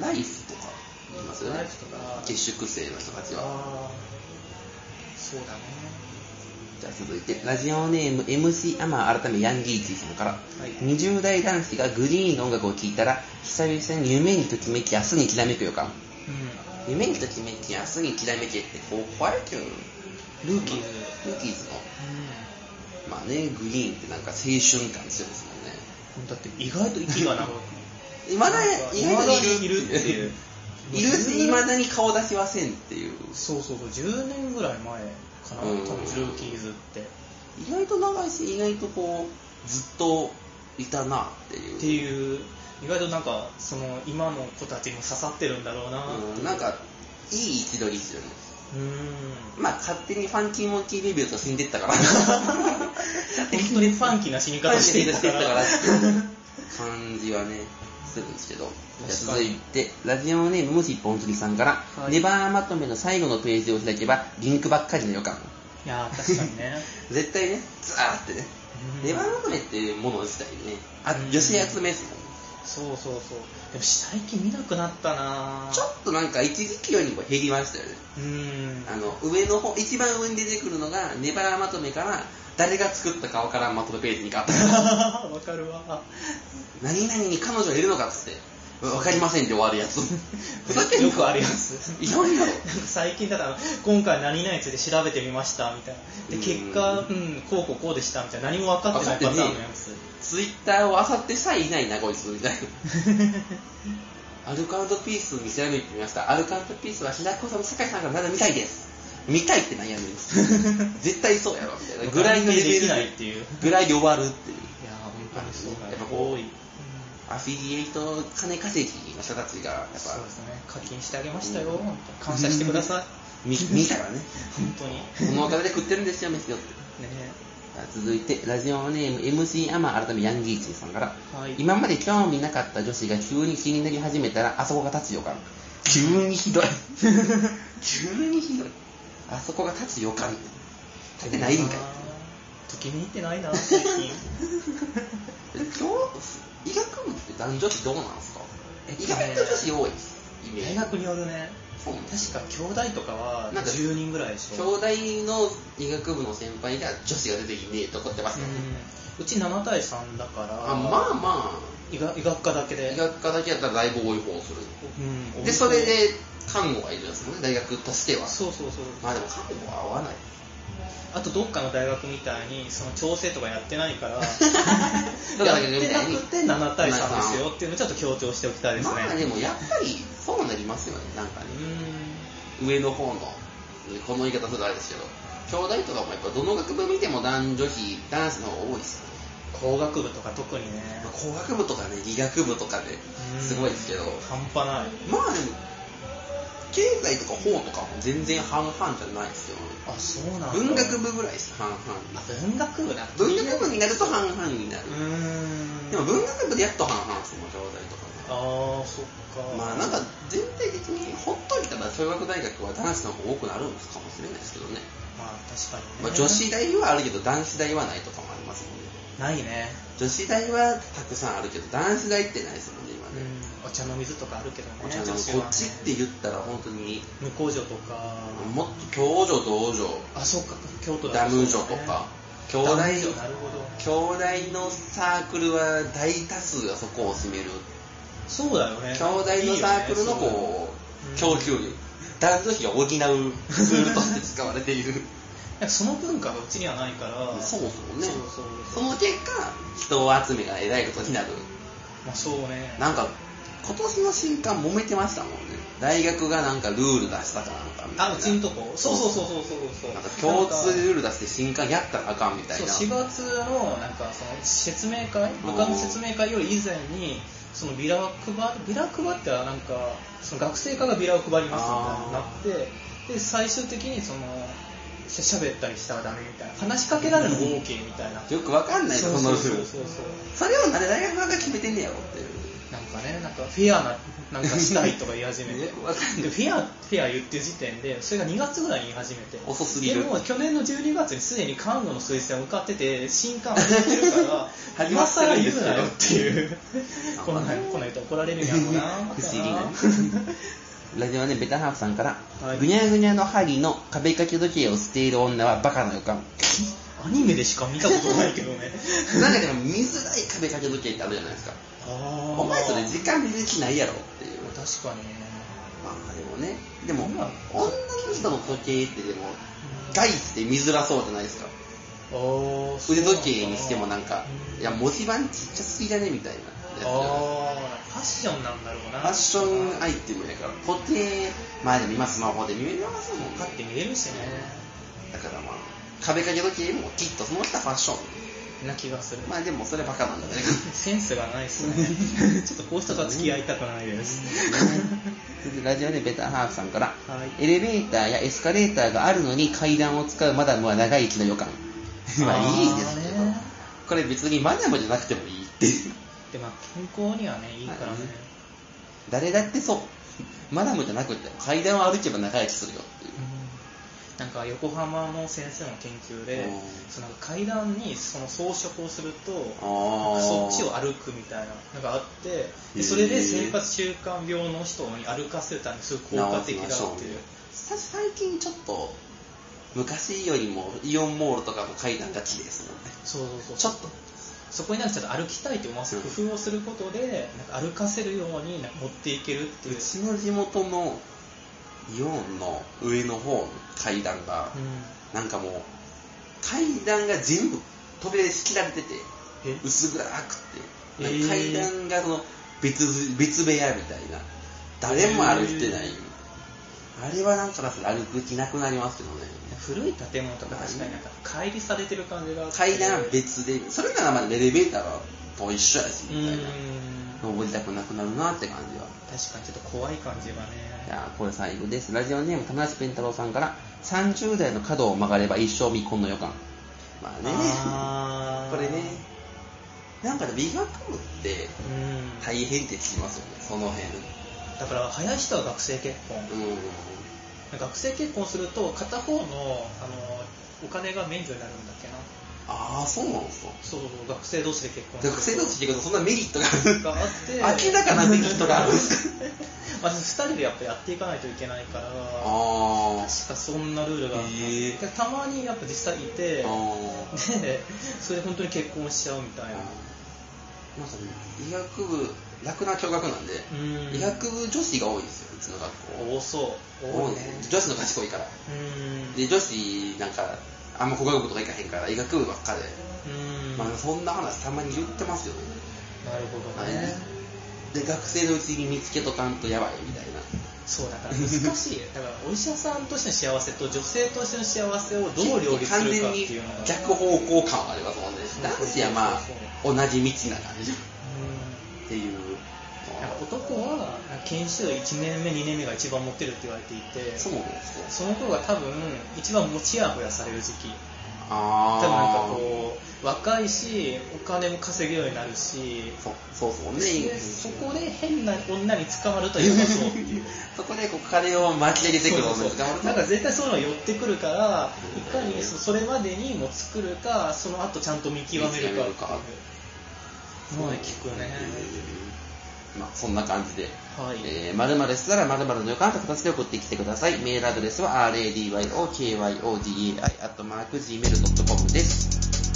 S1: ライフとか言いますよね
S2: ライフとか
S1: 下宿生の人たちは
S2: ああそうだね
S1: じゃあ続いてラジオネーム MC アマー改めヤンギーチーさんから、
S2: い
S1: 20代男子がグリーンの音楽を聴いたら久々に夢にときめき明日にきらめく予感
S2: うん
S1: 夢にときめき明日にきらめきってこうホワイト
S2: ルーキーズ
S1: ルーキーズの
S2: う
S1: まあねグリーンってなんか青春感強いですもんね
S2: んだって意外と息が長く
S1: いまだ意外といる
S2: 未だにいるっていう
S1: いるしいまだに顔出しませんっていう
S2: そうそうそう10年ぐらい前かな多
S1: うん
S2: 分ルーキーズってっ
S1: 意外と長いし意外とこうずっといたなっていう
S2: ていう意外となんかその今の子たちにも刺さってるんだろうな
S1: うんなんかいい位置取りですよね
S2: うん
S1: ままあ勝手にファンキーモンキーレビューと死んでった
S2: [laughs]
S1: から
S2: 本当にファンキーな死に方していった
S1: [laughs]
S2: から
S1: 感じはねするんですけどじゃあ続いてラジオネームムシポンキリさんから、
S2: はい
S1: ネバーまとめの最後のページを開けばリンクばっかりの予感
S2: いやー確かにね
S1: 絶対ねザーってね
S2: うん
S1: ネバーまとめっていうもの自体ねあ
S2: うん
S1: 女子集めですもん
S2: そうそうそうでも最近見なくなったなー
S1: ちょっとなんか一時期よりも減りましたよね
S2: うーん
S1: あの上の方一番上に出てくるのがネバーまとめから誰が作ったかわからんまとめページに変わった
S2: [laughs] [laughs] わかるわ
S1: 何々に彼女いるのかっつってわかりませんで終わるやつふざけんな
S2: [laughs] よくあるやつ
S1: いろいろ
S2: なんか最近だから今回何々について調べてみましたみたいなで
S1: うん
S2: 結果うんこうこうこうでしたみたいな何も分かってないパターンのやつ
S1: ツイッターを漁ってさえいないなこいつみたいなアルカウントピース見せられてみましたアルカウントピースは平子さんの酒井さんからまだ見たいです見たいって何やねん [laughs] 絶対そうやろみたいなぐらいのレベ
S2: で
S1: ル
S2: き
S1: で
S2: ないっていういや
S1: ぐらいで終わるっていう
S2: ー本当にそうだ
S1: やっぱ
S2: ね
S1: こう
S2: 多いうん
S1: アフィリエイト金稼ぎの人たちがやっぱ
S2: そうですね課金してあげましたよ本当感謝してください
S1: 見見たらね
S2: 本当にね
S1: このお金で食ってるんですよ飯よってさあ続いてラジオネーム MC アマー改めヤンギーチンさんから、
S2: はい
S1: 今まで興味なかった女子が急に気になり始めたらあそこが立つ予感急にひどい [laughs] 急にひどいあそこが立つ予感立てないんかい
S2: ときに入ってないな最
S1: [laughs]
S2: 近
S1: 今日医学部って男女比どうなんですか
S2: えっと
S1: 医
S2: ね
S1: 学部女子多いイメー
S2: 大
S1: ジ
S2: 学によるね
S1: そうなんです
S2: 確か兄弟とかは
S1: なんか
S2: 10人ぐらいでしょ
S1: 兄弟の医学部の先輩が女子が出てきてねえと怒ってますよね、
S2: うんうち7対3だから
S1: あまあまあ
S2: 医学医学科だけで
S1: 医学科だけやったらだいぶ多い方をする
S2: うん
S1: でそれで看護がいるんですもんね大学としては
S2: そうそうそう
S1: まあでも看護は合わない
S2: あとどっかの大学みたいにその調整とかやってないからやっ
S1: だから逆に
S2: てなくて7対3ですよっていうのをちょっと強調しておきたいですね
S1: まあでもやっぱりそうなりますよねなんかね上の方のこの言い方するとあれですけど兄弟とかもやっぱどの学部見ても男女比男子の方が多いですよね
S2: うん工学部とか特にね
S1: まあ工学部とかね理学部とかね
S2: うん
S1: すごいですけど
S2: 半端ない
S1: まあでも経済とか法とかも全然半々じゃないですよね
S2: あそうなんだ
S1: 文学部ぐらいです半々
S2: あ文学部だ
S1: 文学部になると半々になる
S2: うーん
S1: でも文学部でやっと半々ですもん兄弟とかね
S2: ああそっか
S1: まあなんか全体的にほっといたら小学大学は男子の方が多くなるのかもしれないですけどね、
S2: まあ確かに
S1: ま
S2: ね、
S1: あ、女子大はあるけど男子大はないとかもありますもんね
S2: ないね
S1: 女子大はたくさんあるけど男子大ってないですもんね今ね、
S2: お茶の水とかあるけどね
S1: お茶の
S2: 女子
S1: こ
S2: は
S1: っちって言ったら本当に
S2: 向こう城とか
S1: もっと共助道助
S2: あそうか京都だ
S1: ダ
S2: と
S1: ム
S2: そ
S1: 助
S2: う
S1: と
S2: だね
S1: か兄
S2: ダ
S1: 弟
S2: ム女なるほど
S1: 兄弟のサークルは大多数がそこを占める
S2: そうだよね
S1: 兄弟のサークルの
S2: いいよね
S1: こう
S2: そう
S1: 供給力男女比が補うツールとして使われている
S2: なんかその文化がうちにはないから
S1: そうそうね
S2: そうそう
S1: その結果人を集めがえらいことになる
S2: まあそうね
S1: なんか今年の新刊揉めてましたもんね大学がなんかルール出したかなんかみたいな
S2: あうちんとこそうそうそうそうそうそう
S1: なんか共通
S2: なんか
S1: ルール出して新刊やったらあかんみたい
S2: そう
S1: な
S2: 4月のなんかその説明会部活の説明会より以前にそのビラを配ビラ配ってはなんかその学生課がビラを配りますみたいになってで最終的にそのししゃべったりしたらダメみたいな話しかけられるのも OK みたいな
S1: よくわかんない
S2: そ
S1: そうの
S2: そう
S1: ル
S2: そう
S1: ール
S2: そうそう
S1: それをなんで大学が決めてんねやろっていう
S2: なんかねなんかフェアななんかしたいとか言い始めて
S1: よ [laughs]
S2: で
S1: くわかんない
S2: フェアフェア言ってる時点でそれが2月ぐらいに言い始めて
S1: 遅すぎる
S2: でも去年の12月にすでに看護の推薦を受かってて新刊を受ってるから
S1: [laughs] 始ま
S2: 今
S1: って
S2: 更
S1: るんで
S2: 言
S1: す
S2: う
S1: よ
S2: なよっていうこの
S1: あ
S2: 辺この人怒られるんやろうな
S1: [laughs] 不思議な [laughs] ラジオネームベタハーフさんから、
S2: はい
S1: ぐにゃぐにゃの針の壁掛け時計を捨ている女はバカな予 [laughs] 感
S2: アニメでしか見たことないけどね
S1: なんかでも見づらい壁掛け時計ってあるじゃないですか
S2: ああ
S1: お前それ時間見る気ないやろっていう
S2: 確かにね
S1: まあでもねでも
S2: うん
S1: 女の人の時計ってでも外して見づらそうじゃないですか
S2: ああ
S1: 腕時計にしてもなんか
S2: うん
S1: いや文字盤ちっちゃすぎじゃねみたいなやつじゃない
S2: あーファッションなんだろうな
S1: ファッションアイテムやから固定前で見ますスマホで見ますもん
S2: 買って見れるしね
S1: だからまあ壁掛け時計もきっとその人はファッション
S2: な気がする
S1: まあでもそれバカなんだね
S2: [laughs] センスがないです
S1: [laughs]
S2: ねちょっとこういう人とは付き合いたくないです
S1: 続いてラジオでベターハーフさんから、
S2: はい
S1: エレベーターやエスカレーターがあるのに階段を使うマダムは長生きの予感まあいいですけど
S2: あーね
S1: これ別にマダムじゃなくてもいいっていう
S2: [laughs] でまあ健康にはねいいからね、
S1: はい誰だってそうマダムじゃなくて階段を歩けば長生きするよっていう
S2: うんなんか横浜の先生の研究で
S1: うん
S2: そのなんか階段にその装飾をすると
S1: あー
S2: そっちを歩くみたいなのがあって
S1: へー
S2: でそれで生活習慣病の人に歩かせるためにすごい効果的だっていう
S1: さ最近ちょっと昔よりもイオンモールとかも階段が綺麗ですもんね
S2: そうそう
S1: ち
S2: そ
S1: ょ
S2: う
S1: っと
S2: そこになんかちょっと歩きたいと思わせる
S1: うん
S2: 工夫をすることでなんか歩かせるようになんか持っていけるっていう
S1: うちの地元のイオンの上の方の階段が、
S2: う
S1: なんかもう階段が全部扉で仕切られてて
S2: んえ
S1: 薄暗くてなんか
S2: えー
S1: 階段がその別別部屋みたいな誰も歩いてない、
S2: え
S1: あれはなんかだったら歩く気なくなりますけどね
S2: 古い建物とか確かになんか乖離されてる感じがあって
S1: 階段は別でそれならまだエレベーターと一緒やし
S2: う
S1: みたい
S2: ん
S1: な登りたくなくなるなって感じは
S2: 確かにちょっと怖い感じ
S1: じ
S2: がね
S1: ゃあこれ最後ですラジオネーム田中ペン太郎さんから30代の角を曲がれば一生未婚の予感まあね
S2: あ
S1: こ
S2: ー
S1: れねなんかね美学部って
S2: うん
S1: 大変って聞きますよねその辺
S2: だから早い人は学生結婚、
S1: うん
S2: 学生結婚すると片方のあのお金が免除になるんだっけな
S1: ああそうなんですか
S2: そうそうそう学生同士で結婚
S1: 学生同士って言うけどそんなメリット
S2: が
S1: が
S2: あって
S1: ある明らかなメリットがあるんですか
S2: [laughs] まあ2人でやっぱやっていかないといけないから確か
S1: ああ
S2: そんなルールがあって、
S1: へえ
S2: でたまにやっぱ実際いて
S1: あー
S2: でそれで本当に結婚しちゃうみたいな
S1: なんかね医学部楽な教学なんで、
S2: うん
S1: 医学部女子が多いんですようちの学校
S2: 多そう
S1: 多いね女子の賢いから
S2: うん
S1: で女子なんかあんま工学部とか行かへんから医学部ばっかで、
S2: うん
S1: まあ、
S2: なる
S1: そんな話たまに言ってますよね、
S2: ほ
S1: は
S2: ど
S1: い
S2: ね、
S1: で学生のうちに見つけとかんとやばいみたいな
S2: そうだから難
S1: [laughs]
S2: しいだからお医者さんとしての幸せと女性としての幸せをどう両立するかっていうの
S1: 完全
S2: が
S1: に逆方向感はありますもんね
S2: そうそうそう
S1: 男子はまあ同じ道な感じっ
S2: う
S1: ていうん
S2: なんか男はなんか研修1年目2年目が一番モテるって言われていて
S1: そうですね
S2: その頃が多分一番もちやほやされる時期多
S1: あ
S2: 分なんか
S1: ー
S2: こう若いしお金も稼ぐようになるし
S1: そうそうそうね
S2: でそこで変な女に捕まるとやばそうっていう
S1: そこでこう金を巻き上げてくるの
S2: そうそうそうなんか絶対そういうのが寄ってくるから
S1: うん
S2: いかにそそれまでにも作るかその後ちゃんと見極めるかっていう
S1: 見極めるか
S2: のは聞くね、
S1: まあそんな感じで
S2: はい、
S1: えー、〇〇したら〇〇の予感と形で送ってきてください。メールアドレスは radyokyodai.gmail.com です。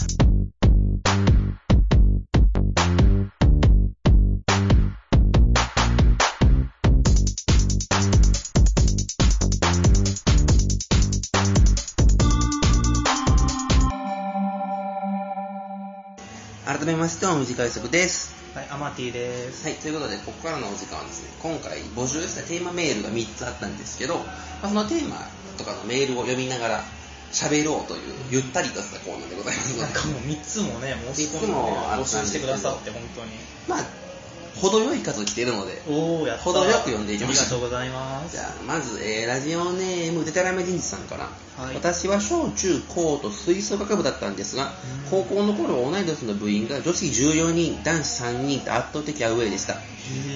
S1: 改めまして、お短い速です。
S2: はい、アマティです
S1: はい、ということで、ここからのお時間はですね、今回募集したテーマメールが3つあったんですけど、まあ、そのテーマとかのメールを読みながら喋ろうという、ゆったりとしたコーナーでございますの
S2: なん
S1: で、
S2: かもう3つもね申し込ん
S1: 三
S2: で
S1: つもあったん
S2: 募
S1: ですけど
S2: 集してくださって本当に
S1: まあ、程よい数来てるので、
S2: おおやった
S1: 程よく読んでいきましょう
S2: ありがとうございます
S1: じゃあ、まず、えーラジオネーム、でたらめ人事さんから、
S2: はい
S1: 私は小中高と吹奏楽部だったんですが、
S2: うん
S1: 高校の頃同い年の部員が女子14人、男子3人と圧倒的アウェイでした。
S2: へ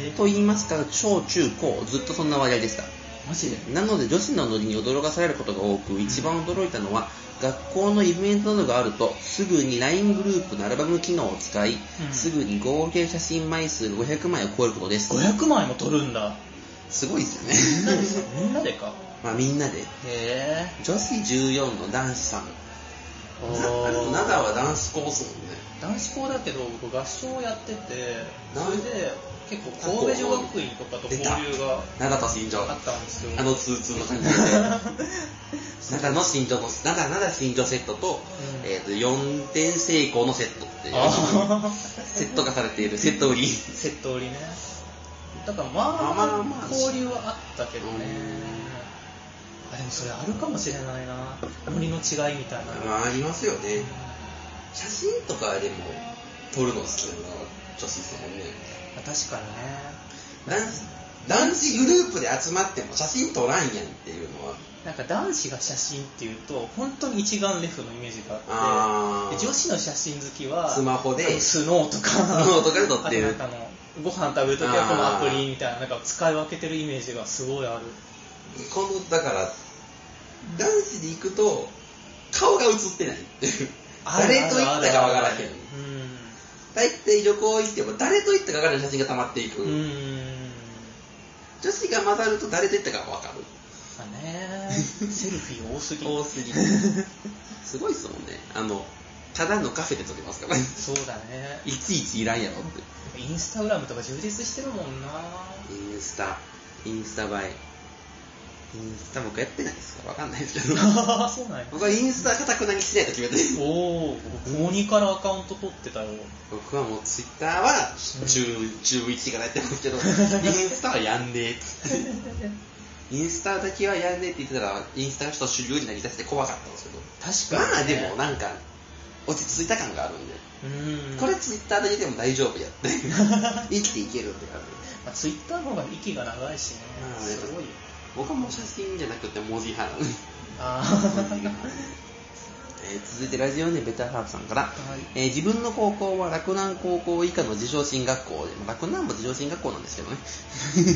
S2: え
S1: と言いますか、小中高、ずっとそんな割合でした。
S2: マジで
S1: なので女子のノリに驚かされることが多く一番驚いたのは学校のイベントなどがあるとすぐに LINE グループのアルバム機能を使い、
S2: ん
S1: すぐに合計写真枚数が500枚を超えることです
S2: 500枚も撮る
S1: [laughs]
S2: んだ
S1: すごいですよ
S2: みんなで
S1: ね
S2: すかみんなでか
S1: [laughs] まあみんなで
S2: へえ
S1: 女子14の男子さん
S2: お
S1: なあでも
S2: ー
S1: 灘は男子高層ね
S2: 男子校だけど僕合唱をやってて
S1: なん
S2: それで結構神戸女学院とかと交流が
S1: 灘と新庄
S2: あったんですよ
S1: あ
S2: [laughs]
S1: の通通の感じで灘の新庄の灘灘新庄セットと,、
S2: ん
S1: えー、と4点成功のセットっていう
S2: あ
S1: セット化されているセット売り
S2: セット売りねだからまあ
S1: まあま
S2: ま
S1: あ
S2: あ
S1: まあ
S2: 交流はあったけどね
S1: う
S2: あでもそれあるかもしれないなノリの違いみたいな
S1: まあありますよね写真とかでも撮るの好きなのは女子ですもんね
S2: まあ確かにね
S1: 男子男子グループで集まっても写真撮らんやんっていうのは
S2: なんか男子が写真っていうと本当に一眼レフのイメージが
S1: あ
S2: あってで女子の写真好きは
S1: スマホで
S2: スノーとか
S1: スノーとかで撮ってる
S2: あとなんかあのご飯食べるときはこの
S1: あ
S2: ア
S1: ー
S2: プリみたいななんか使い分けてるイメージがすごいある
S1: このだから男子で行くと顔が映ってないっていう誰と行ったかわからへん大体旅行行っても誰と行ったかわからない写真が溜まっていく、
S2: うんうん
S1: 女子が混ざると誰と行ったかわかる
S2: まあねセルフィー多すぎ
S1: 多すぎすごいっすもんねあのただのカフェで撮りますからね
S2: そうだね
S1: いちいちいらんやろって
S2: インスタグラムとか充実してるもんな
S1: インスタインスタ映えインスタ僕やってないですかわかんないです [laughs] けど
S2: あーそうなんや
S1: 僕はインスタかたくなにしないと決めてる
S2: おお僕鬼からアカウント取ってたよ
S1: [laughs] 僕はもうツイッターは中中1からやってますけ [laughs] どインスタはやんねえっつってインスタだけはやんねえって言ってたらインスタの人主流になりだして怖かったんですけど
S2: 確
S1: ま
S2: か
S1: あ
S2: にね、
S1: でもなんか落ち着いた感があるんで、
S2: うん
S1: これツイッターで見ても大丈夫やって [laughs] 生きていけるって感じ
S2: まあ、ツイッターの方が息が長いしね、
S1: まあね
S2: すごいよ
S1: 僕はもう写真じゃなくて文字派なの
S2: あ
S1: 文字
S2: ー
S1: 派 [laughs] えー続いてラジオネームベターハーフさんから、
S2: はい
S1: えー自分の高校は洛南高校以下の自称進学校で、まあ洛南も自称進学校なんですけどね
S2: [laughs]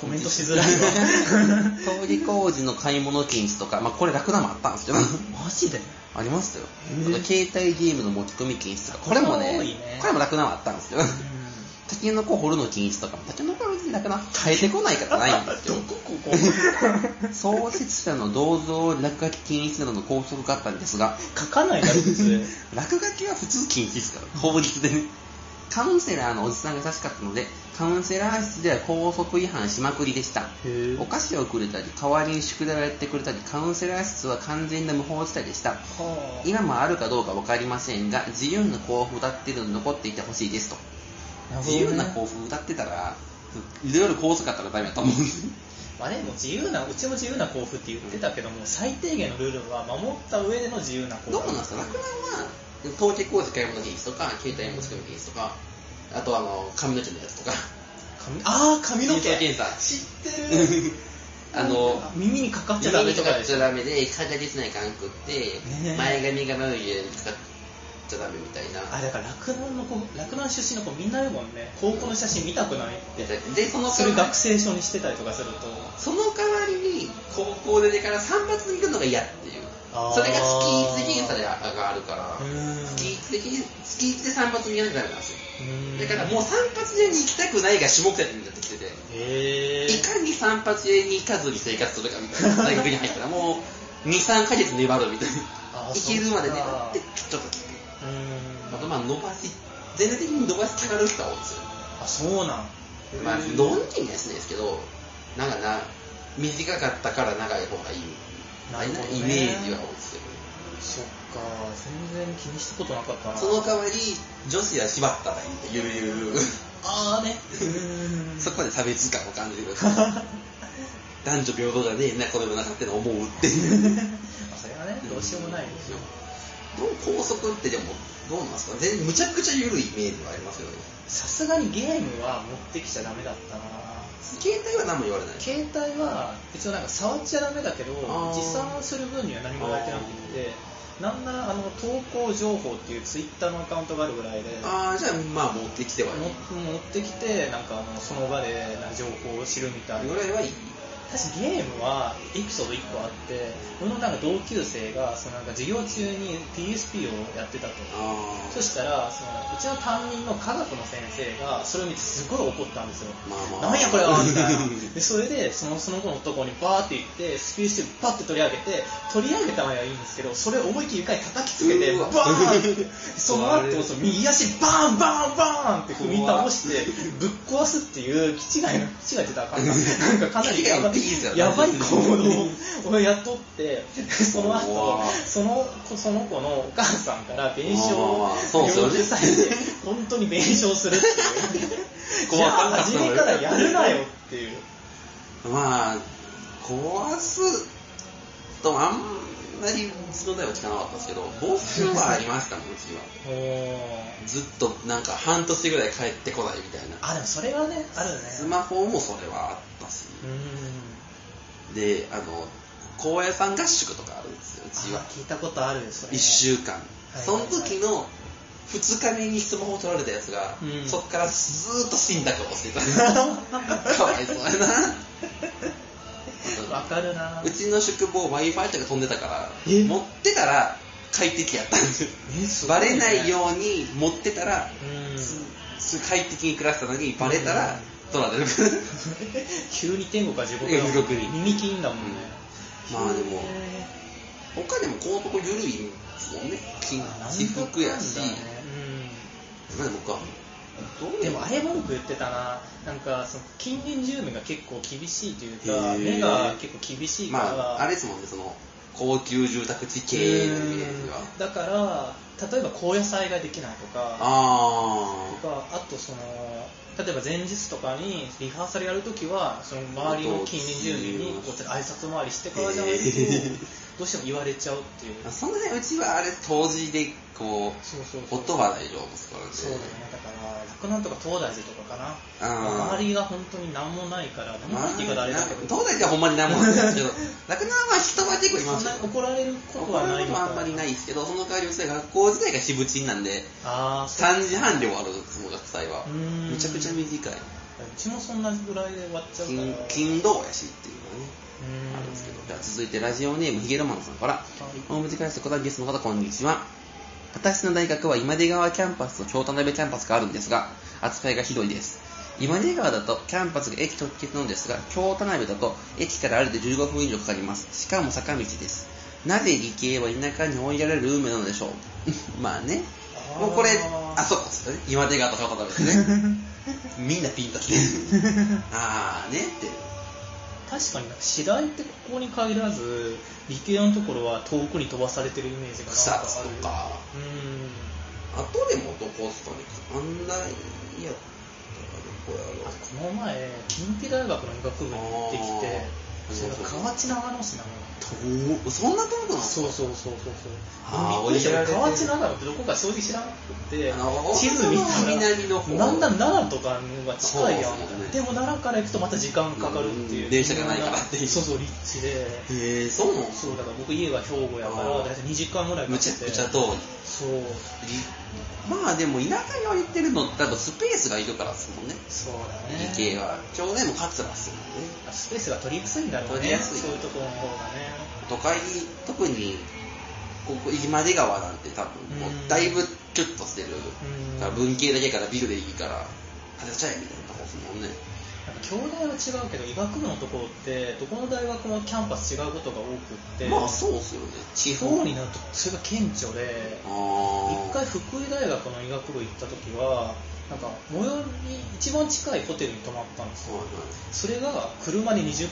S2: コメントしづらい
S1: [laughs]
S2: わ
S1: 東儀工事の買い物禁止とか、まあ、これ楽なもあったんですけど
S2: [laughs] マジで
S1: ありましたよ、
S2: へー
S1: あと携帯ゲームの持ち込み禁止とかこれもね
S2: 多いね
S1: これも楽なもあったんですけどタケノコ掘るの禁止とかもタケノコは別になくな生えてこないからないんですけ
S2: [laughs]
S1: ど
S2: ここ
S1: 創設者の銅像落書き禁止などの校則があったんですが
S2: 書かないだろ普通
S1: 落書きは普通禁止ですから法律でねカウンセラーのおじさんが優しかったのでカウンセラー室では校則違反しまくりでした
S2: へ
S1: お菓子をくれたり代わりに宿題をやってくれたりカウンセラー室は完全な無法地帯でした
S2: は
S1: [laughs] 今もあるかどうか分かりませんが自由な校風歌っていうのに残っていてほしいですと、
S2: あ
S1: 自由な校風歌ってたらいろいろ校則あったらダメだと思うんです
S2: まあね、もう自由なうちも自由な交付って言ってたけども、最低限のルールは守った上での自由な交付
S1: どうなんですか楽団は統計工事買い物禁止とか携帯持ち込み禁止とかあとあの髪の毛のやつとか
S2: 髪ああ髪
S1: 髪の
S2: の毛
S1: 毛検査
S2: 知ってる
S1: [laughs] あの
S2: 耳にかかっちゃダ
S1: 耳に
S2: メと
S1: か
S2: か
S1: かっ
S2: で
S1: ち
S2: しょ
S1: ゃダメで体でつないかんくって
S2: ねえ
S1: 前髪が眉毛にかかっちゃダメみたいな
S2: あだから洛南の子洛南出身の子みんな言うもんね高校の写真見たくないって
S1: でその
S2: する学生証にしてたりとかすると
S1: その代わりに高校出てから散髪に行くのが嫌っていう
S2: あー
S1: それが月一検査でがあるから
S2: うーん
S1: 月一的に月一で散髪に行かなきゃダメなんですよ
S2: うーん
S1: だからもう散髪屋に行きたくないが下北になってきてて
S2: へえ
S1: いかに散髪屋に行かずに生活するかみたいな大学に入ったらもう23ヶ月粘るみたいな
S2: あー
S1: 行けるまで粘
S2: そっか
S1: ってちょっと
S2: うー
S1: あ
S2: ん
S1: とまあ伸ばし全体的に伸ばしたがる人は多いんですよ
S2: あそうなん
S1: まあ、
S2: へー
S1: どんきみはしないですけど、なんかな、短かったから長い方がいいみたいな
S2: なるほ
S1: イメ
S2: どね
S1: ージは多いですけど、
S2: そっか全然気にしたことなかったな
S1: その代わり、女子は縛ったらいいっていう、
S2: ああねうーん
S1: そ [laughs] こで差別感を感じ
S2: [laughs]
S1: る。男女平等じゃねえな、この世の中ってのは思うっていう。
S2: まあそれはねどうしようもないですよ
S1: どう高速ってでも、どうなんですか全然むちゃくちゃ緩いイメージはありますけどね。
S2: さすがにゲームは持ってきちゃダメだったな
S1: 携帯は何も言われない。
S2: 携帯は一応なんか触っちゃダメだけど
S1: あー
S2: 持参する分には何も言われてなくてなんならあの投稿情報っていうツイッターのアカウントがあるぐらいで
S1: ああ、じゃあまあ持ってきてはいい。
S2: も持ってきてなんかあのその場でなんか情報を知るみたいな
S1: ぐらいはいい。
S2: 私ゲームはエピソード1個あって俺のなんか同級生がそのなんか授業中に PSP をやってたと
S1: あ
S2: そしたらそのうちの担任の科学の先生がそれを見てすごい怒ったんですよ
S1: まあまあ
S2: なんやこれはみた
S1: [laughs]
S2: いなでそれでそのその子のとこにバーって行ってスピードしてバッて取り上げて取り上げた前はいいんですけどそれを思いっきり床に叩きつけて
S1: う
S2: バ
S1: わ
S2: ーンってその後その右足バーンバーンバーンって踏み倒してぶっ壊すっていう気違いの気違いって言ったらあか
S1: [laughs]
S2: んななんかかなりやば
S1: 気違いの P ですよ
S2: い
S1: ね
S2: やばい行動をやっとってそ
S1: う
S2: の
S1: わ
S2: 後その子その子のお母さんから弁償を
S1: あーそうそう
S2: 要求されて本当に弁償するっていう [laughs]
S1: 怖
S2: じゃあ
S1: かった
S2: 初めからやるなよっていう
S1: まあ、壊すとあん、んなにその代は聞かなかったんですけど募集はありましたもんうちは
S2: おー
S1: ずっとなんか半年ぐらい帰ってこないみたいな
S2: あでもそれはねあるよね
S1: スマホもそれはあったし
S2: うーん
S1: であの高野山合宿とかあるんですようちは
S2: あ聞いたことあるそれ
S1: 1週間、
S2: いはい
S1: その時の2日目にスマホ取られたやつが、
S2: うん
S1: そっからずーっと死んだ顔して
S2: [laughs]
S1: たかわいそうやな
S2: わかるな
S1: うちの宿坊 w i f i とか飛んでたから
S2: え
S1: 持ってたら快適やったんですよ
S2: えすご
S1: バ
S2: いね
S1: レないように持ってたら、
S2: うん
S1: すす快適に暮らしたのにバレたら
S2: うん
S1: 取ら
S2: [laughs]
S1: れる
S2: [laughs] 急に天国か地獄だもん
S1: 地獄に
S2: 耳金だもんね、
S1: まあでも
S2: へ
S1: 他でもこのとこ緩いんですもんね
S2: ー
S1: 金
S2: あなんだかんだね
S1: 私服やし、
S2: うん
S1: まあでもかどう
S2: でもあれ文句言ってたな、なんかその近隣住民が結構厳しいという
S1: へ
S2: か、
S1: ー
S2: 目が結構厳しいか
S1: ま
S2: ら、
S1: ああれですもんねその高級住宅地経営のイメージは
S2: うんだから、例えば高野菜ができないとか、
S1: あ
S2: とかあとその、例えば前日とかにリハーサルやるときは、その周りの近隣住民にこうやって挨拶回りしてからじゃないと
S1: へー、
S2: どうしても言われちゃうっていう
S1: あ、その辺うちはあれ当時でこ
S2: そうそう
S1: う
S2: そう
S1: 音は大丈夫ですからね
S2: そうだよね、だから、洛南とか東大寺とかかな。
S1: あー
S2: 周りが本当に何もないから、何もないって言い方あれだけど、
S1: 東大寺はほんまに何もないですけ
S2: [laughs]
S1: ど、楽なは人は結構い
S2: そ
S1: ま
S2: ん
S1: す
S2: な
S1: よ。
S2: に怒られることは
S1: 怒ら
S2: な
S1: れ
S2: い
S1: ることはあんまりないですけど、その代わりうちは学校自体が私物院なんで、
S2: ああそう
S1: 3時半で終わるんですもん、学祭は
S2: う。ーん
S1: めちゃくちゃ短い。
S2: うちもそんなぐらいで終わっちゃうから
S1: 金、金土やしっていうのがね。
S2: うん
S1: あるんですけどじゃあ続いてラジオネームヒゲロマンさんから大口会社小田ゲストの方こんにちは私の大学は今出川キャンパスと京田辺キャンパスがあるんですが扱いがひどいです今出川だとキャンパスが駅直結なのですが京田辺だと駅から歩いて15分以上かかりますしかも坂道ですなぜ理系は田舎に追いやられる運命なのでしょう [laughs] まあね
S2: あー
S1: もうこれあそうかそうだね今出川と京田辺です
S2: [laughs]
S1: ねみんなピンときてるああねって
S2: 確かになんか次第ってここに限らず理系のところは遠くに飛ばされてるイメージがなん
S1: 草
S2: か
S1: 津
S2: ある
S1: とか
S2: うん
S1: あとでもどこっすかねあんないやったらどこやろ
S2: あこの前近畿大学の医学部に行ってきて
S1: あー
S2: それが河内長野市なのよ
S1: う遠っそんな遠くなんす
S2: そうそうそうそう
S1: あー
S2: そうびっくりし
S1: 追いやられ
S2: た
S1: てる
S2: 河内長野ってどこか正直知らなくて
S1: あの
S2: 地図見たら
S1: 南の方
S2: なんだ奈良とかが近いやん
S1: そうそうそう
S2: でも奈良から行くとまた時間かかるっていううん
S1: 電車がないからっていう
S2: そうそう立地で
S1: かへえそうなんす
S2: そうだから僕家が兵庫やから
S1: あー
S2: 大体2時間ぐらいか
S1: む
S2: け
S1: ち
S2: て
S1: ゃくちゃ遠い
S2: そう
S1: まあでも田舎に置いてるのって多分スペースがいるからっすもんね
S2: そうだね
S1: 理系はちょうどでも桂っすもんね
S2: スペースが取りやすいんだろうね
S1: 取りやすい
S2: そういうところの方がね
S1: 都会特にここ今出川なんて多分もうだいぶキュッとしてる
S2: うん
S1: だから文系だけやからビルでいいから建てちゃえみたいなとこっすもんね
S2: なんか京大は違うけど医学部のところってどこの大学もキャンパス違うことが多くって
S1: まあそうっすよね地
S2: 地
S1: 方
S2: 方になるとそれが顕著で
S1: あー
S2: 一回福井大学の医学部行った時はなんか最寄り一番近いホテルに泊まったんです
S1: そう
S2: よ
S1: なんだ
S2: それが車で20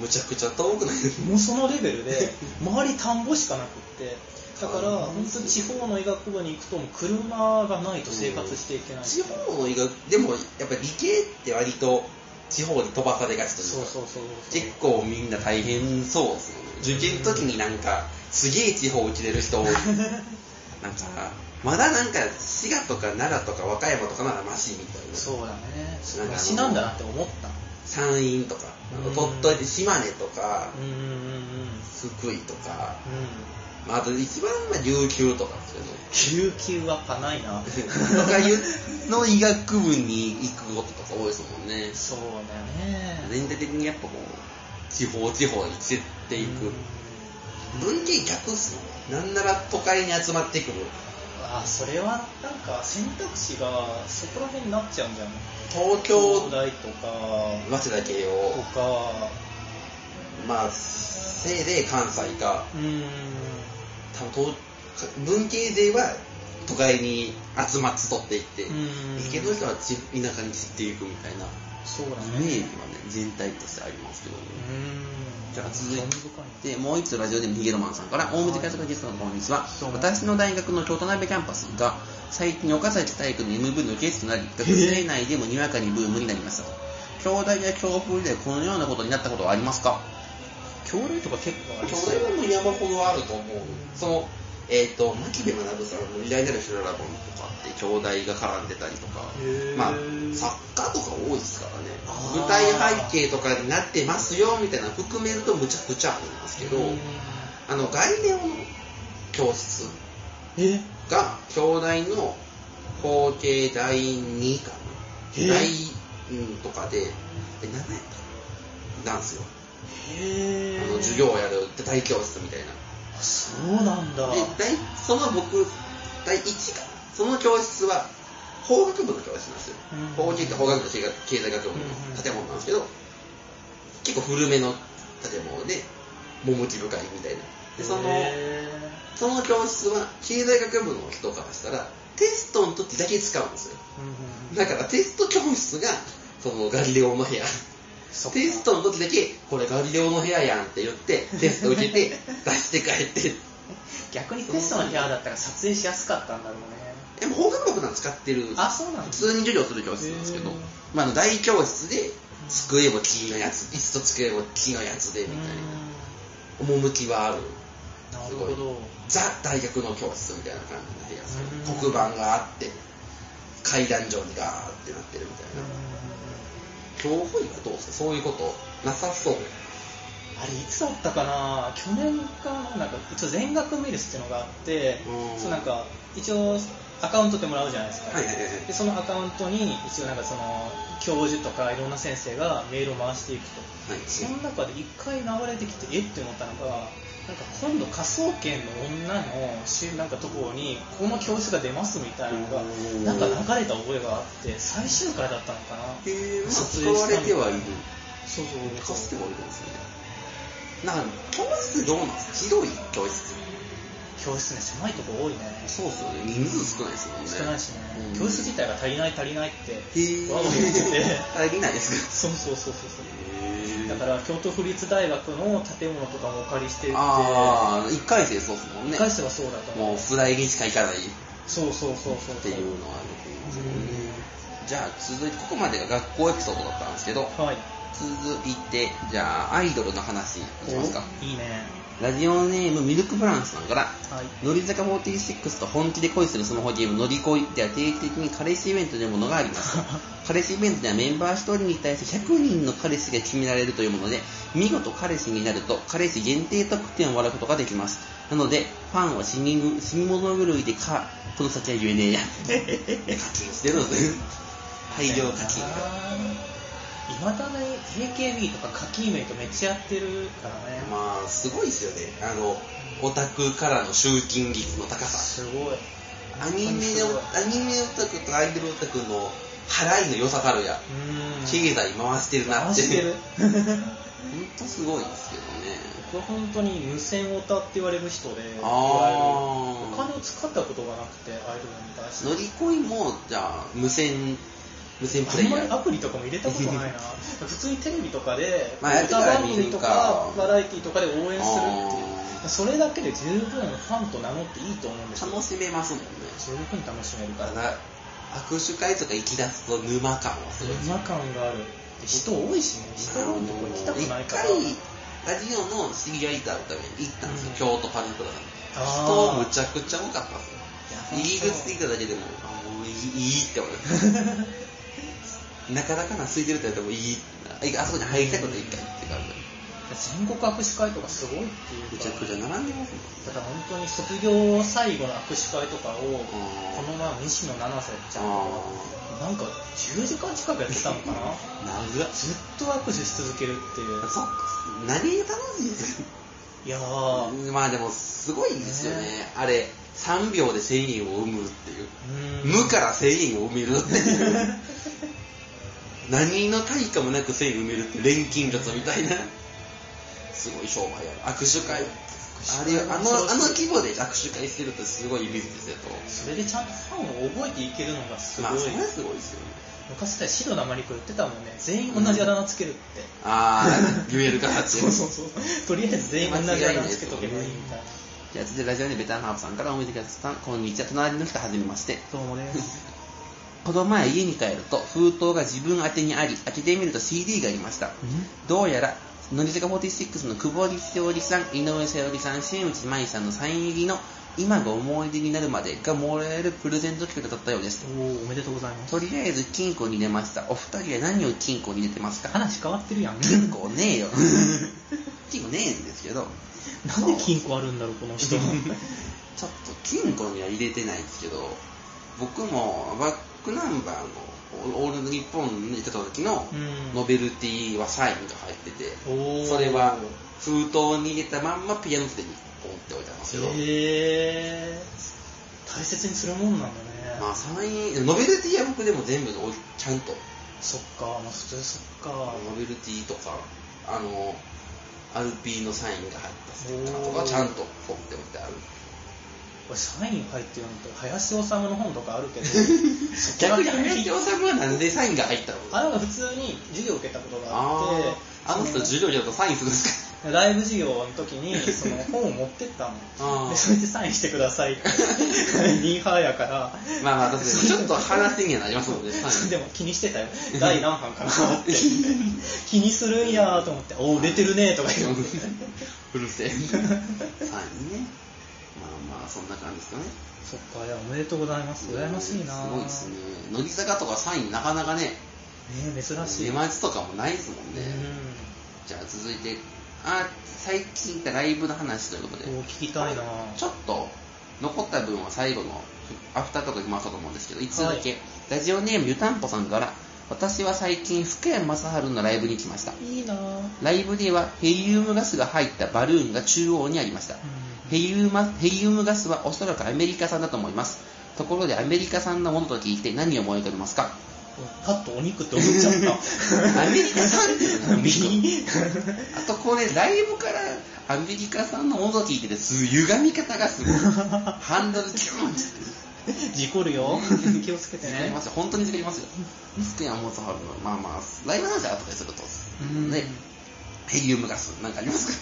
S1: むちゃくちゃ遠くないです
S2: 分もうそのレベルで周り田んぼしかなくってだから
S1: あー
S2: 本当に地方の医学部に行くともう車がないと生活していけない
S1: [laughs] 地方の医学でもやっぱり理系って割と地方に飛ばされがちという
S2: そう
S1: か
S2: そうそうそう
S1: 結構みんな大変そうっすよね受験の時になんかすげえ地方受けれる人多い [laughs] なんかまだなんか滋賀とか奈良とか和歌山とかならマシみたいな
S2: そうだね
S1: なんかあの
S2: マシなんだなって思った
S1: 山陰とかあの
S2: うん
S1: 鳥取島根とか
S2: うんうんうんうん
S1: 福井とか、
S2: うん
S1: まあ、あと一番は琉球とかですよね
S2: 救急はかないな
S1: とかいうの医学部に行くこととか多いですもんね
S2: そうだね
S1: 全体的にやっぱこう地方地方に散っていく文系逆っすもんなんなら都会に集まってくる
S2: あそれはなんか選択肢がそこら辺になっちゃうんじゃない
S1: 東
S2: 京
S1: 京
S2: 大とか
S1: 早稲田慶
S2: と
S1: 応
S2: か
S1: まあせいで関西か
S2: うーん
S1: 多分東文系勢は都会に集まっとっていって
S2: うん
S1: 理系の人はち田舎に散っていくみたいな
S2: そうだ
S1: イメー
S2: ね
S1: ジはね全体としてありますけどね
S2: うーん
S1: じゃあ続い
S2: 興味深い
S1: てもう一つラジオでもヒゲロマンさんから大口会社のゲストのこんにちは私の大学の京都鍋キャンパスが最近岡崎体育の MV のゲストとなり学生内でもにわかにブームになりました兄弟や強風でこのようなことになったことはありますか兄
S2: 恐竜とか結構あり
S1: そ
S2: そう
S1: れはもう山ほどあると思うそのえっ、と牧部学さんの「偉大なる修羅ラゴン」とかって兄弟が絡んでたりとか
S2: へー
S1: まあ作家とか多いですからね
S2: あー
S1: 舞台背景とかになってますよみたいなの含めるとむちゃくちゃあるんですけど
S2: うん
S1: あのガイネオの教室
S2: え
S1: が兄弟の合計第2か
S2: へえ
S1: な第うんとかでえ何やったなんですよ
S2: へ
S1: あの
S2: ー
S1: 授業をやる大教室みたいな
S2: あそうなんだ
S1: で第その僕第1かその教室は法学部の教室なんですよ、
S2: うん
S1: 法学って法学部と経済学部の建物なんですけど、結構古めの建物で趣深いみたいなでその
S2: へ
S1: その教室は経済学部の人からしたらテストの時だけ使うんですよ
S2: ーうんうんうん
S1: だからテスト教室がそのガリレオの部屋
S2: そっか
S1: テストの時だけこれガリレオの部屋やんって言ってテスト受け
S2: [laughs]
S1: て出して帰って
S2: 逆にテストの部屋だったら撮影しやすかったんだろうね
S1: でも法学部普段使ってる
S2: あそうなん
S1: 普
S2: だ
S1: 通に授業する教室なんですけど
S2: へー、
S1: まあ、あの大教室で机も木のやつ椅子と机も木のやつでみ
S2: う
S1: たい
S2: ん
S1: な趣はある
S2: な
S1: す
S2: る
S1: ご
S2: ほ
S1: い
S2: ど
S1: ザ大学の教室みたいな感じの部屋ですよ
S2: う
S1: 黒
S2: ん
S1: 板があって階段上にガーってなってるみたいな教本位はどうですかそういうことなさそう
S2: あれいつだったかな去年かななんか一応全額メルスっていうのがあって
S1: うん
S2: そうなんか一応アカウントってもらうじゃないですか、
S1: はいはいはいはい
S2: でそのアカウントに一応なんかその教授とかいろんな先生がメールを回していくと
S1: はい
S2: その中で一回流れてきてえって思ったのがなんか今度科捜研の女のしなんかところにこの教室が出ますみたいなのが
S1: うん
S2: なんか流れた覚えがあって最終回だったのかな
S1: へーまあ
S2: 撮
S1: 使
S2: 影
S1: わ
S2: し
S1: れ
S2: たの
S1: てはいる
S2: そうそう
S1: 使われてはいるんですねなんか教室どうなんですか広い教室
S2: 教室ね狭いとこ多いね
S1: そうっすよね人数少ないですもんね
S2: 少ないしね、
S1: うん
S2: 教室自体が足りない足りないって
S1: へー
S2: わが言ってて
S1: [laughs] 足りないですか
S2: そうそうそうそうそう
S1: へ
S2: だから京都府立大学の建物とかもお借りしてって
S1: ああ1回生そうっすもんね
S2: 一回生はそうだと思う
S1: もう普代にしか行かないっ
S2: そうそうそうそう
S1: ていうのはあると思いますよねじゃあ続いてここまでが学校エピソードだったんですけど
S2: はい
S1: 続いてじゃあアイドルの話いきますか
S2: おいいね
S3: ラジオネームミルクブラウンさんから
S2: はい
S3: 乃木坂46と本気で恋するスマホゲーム「のり恋」では定期的に彼氏イベントでものがあります
S2: [laughs]
S3: 彼氏イベントではメンバー1人に対して100人の彼氏が決められるというもので見事彼氏になると彼氏限定特典をもらうことができますなのでファンは死にぐ死に物狂いでかこの先は言えねえ
S1: [laughs]
S3: や
S1: 課金してるんですね大量課金が
S2: いまだに AKB とか課金イベントめっちゃやってるからね、
S1: まあすごいですよねあのオタクからの集金率の高さ
S2: すごい
S1: アニメ
S2: 本当にすごい
S1: のアニメオタクとアイドルオタクの払いの良さたるや
S2: うん
S1: 経済回してるな
S2: 回
S1: って
S2: してる
S1: ほんとすごいですけどね
S2: 僕は本当に無線オタって言われる人でいわゆる
S1: あー
S2: お金を使ったことがなくてアイドルに対して
S1: 乗り越えもじゃあ無線無線プレ
S2: あん
S1: イヤ
S2: まりア
S1: ー
S2: プリとかも入れたことないな普通にテレビとかで
S1: まあやってた
S2: 歌
S1: ら
S2: 番組とか
S1: 見るか
S2: バラエティとかで応援するってい
S1: あ
S2: うそれだけで十分ファンと名乗っていいと思うんですよ
S1: 楽しめますもんね
S2: 十分楽しめるか
S1: だからら握手会とか行き出すと沼感はすごい
S2: 沼感があるで人多いしね人多いとこ行きたくないから
S1: 一回ラジオの知り合いと会うために行ったんですよ、京都パルプラ
S2: あー
S1: さん人むちゃくちゃ多かったんですよ
S2: いや
S1: 入り口着いただけでもあもういいいいって思いましたなかなかな空いてるって言ってもいいってなあそこに入りたくない一回って感じ
S2: 全国握手会とかすごいってい
S1: む
S2: う
S1: ちゃ
S2: か
S1: くちゃ並んでますもん
S2: だから本当に卒業最後の握手会とかを
S1: ん
S2: この前西野七瀬ちゃん
S1: あ
S2: がなんか10時間近くやってたのかな
S1: 長っ
S2: ずっと握手し続けるっていう
S1: そっか何が楽しいんですか
S2: いやーう
S1: まあでもすごいんですよね
S2: ね
S1: あれ3秒で1000円を生むっていう
S2: ーん
S1: 無から1000円を埋める [laughs] っていう何の対価もなく1000円埋めるって錬金術みたいなすごい商売やる握手会あれ
S2: 握手会
S1: あの
S2: そうそう
S1: あの規模で握手会してるってすごいビジネスやと思う
S2: [laughs] それでちゃんとファンを覚えていけるのがすご
S1: ま
S2: い、
S1: あそれはすごいですよね
S2: 昔だ白生リ子言ってたもんね全員同じあだ名つけるって、
S1: ああ言えるからっ
S3: [laughs]
S1: て
S2: そうそうそうとりあえず全員同じあだ名つけとけばいいみたいな
S3: じゃあ続いてラジオネームベタンハープさんからおめでとうございますこんにちは隣の人はじめまして
S2: どうもです
S3: この前家に帰ると封筒が自分宛てにあり開けてみると CD がありましたどうやら
S1: 乃木坂46の久保木瀬織さん、井上瀬織さん、新内舞さんのサイン入りの今が思い出になるまでがもらえるプレゼント企画だったようです。
S2: おおおめでとうございます
S1: とりあえず金庫に入れました。お二人は何を金庫に入れてますか
S2: 話変わってるやん
S1: 金庫ねえよ。 [laughs] 金庫ねえんですけど。
S2: なんで金庫あるんだろうこの人
S1: ちょっと金庫には入れてないんですけど、僕もバックナンバーのオール日本に行った時の
S2: うん
S1: ノベルティはサインが入ってて、
S2: おお
S1: それは封筒に入れたまんまピアノ手に放っておいたんですけど、
S2: へえ大切にするもんなんだね、
S1: まあサイン、ノベルティは僕でも全部おちゃんと、
S2: そっかまあ普通そっか
S1: ノベルティとか、あの、RP のサインが入ったステッカーとかちゃんと取っておいてある。
S2: 俺サイン入ってるのって林修の本とかある
S1: [laughs]
S2: けど
S1: 逆に林洋さんはなんでサインが入ったの
S2: あれは普通に授業受けたことがあって
S1: あーあの人授業料とサインするんですか [laughs]
S2: ライブ授業の時にその本を持ってった
S1: あ
S2: の
S1: ー
S2: でそれでサインしてくださいってニーハーやから
S1: まあまあ確かにちょっと話にはなりますもんねサイン
S2: そうでも気にしてたよ第何版かな
S1: [laughs]
S2: って気にするんやと思って「おお売れてるね」とか言って
S1: うるせえサインねまあまあそんな感じですかね
S2: そっかいやおめでとうございます羨ましいな
S1: すごいですね乃木坂とかサインなかなかね
S2: ねえ珍しい
S1: 出
S2: うん
S1: 待ちとかもないですもんねじゃあ続いてあ最近行ったライブの話ということで
S2: お聞きたいな
S1: ちょっと残った分は最後のアフターとか回そうと思うんですけど、一つだけ、
S2: は
S1: ラジオネームゆたんぽさんから、私は最近福山雅治のライブに来ました。
S2: いいなうん
S1: ライブではヘリウムガスが入ったバルーンが中央にありました。ヘリウムヘリウムガスはおそらくアメリカ産だと思います。ところでアメリカ産のものと聞いて何を思い浮かべますか
S2: パッとお肉って思っちゃった [laughs]
S1: アメリカ産って何
S2: ビリ
S1: あとこれライブからアメリカ産のものと聞いてて、す歪み方がすごい。ハンドル気持ち
S2: 事故るよ気をつけて
S1: 作り
S2: ね
S1: ますよ本当に作りますよ福山雅治のまあまあライブ話は後ですると
S2: うん
S1: ねヘリウムガスなんかありますか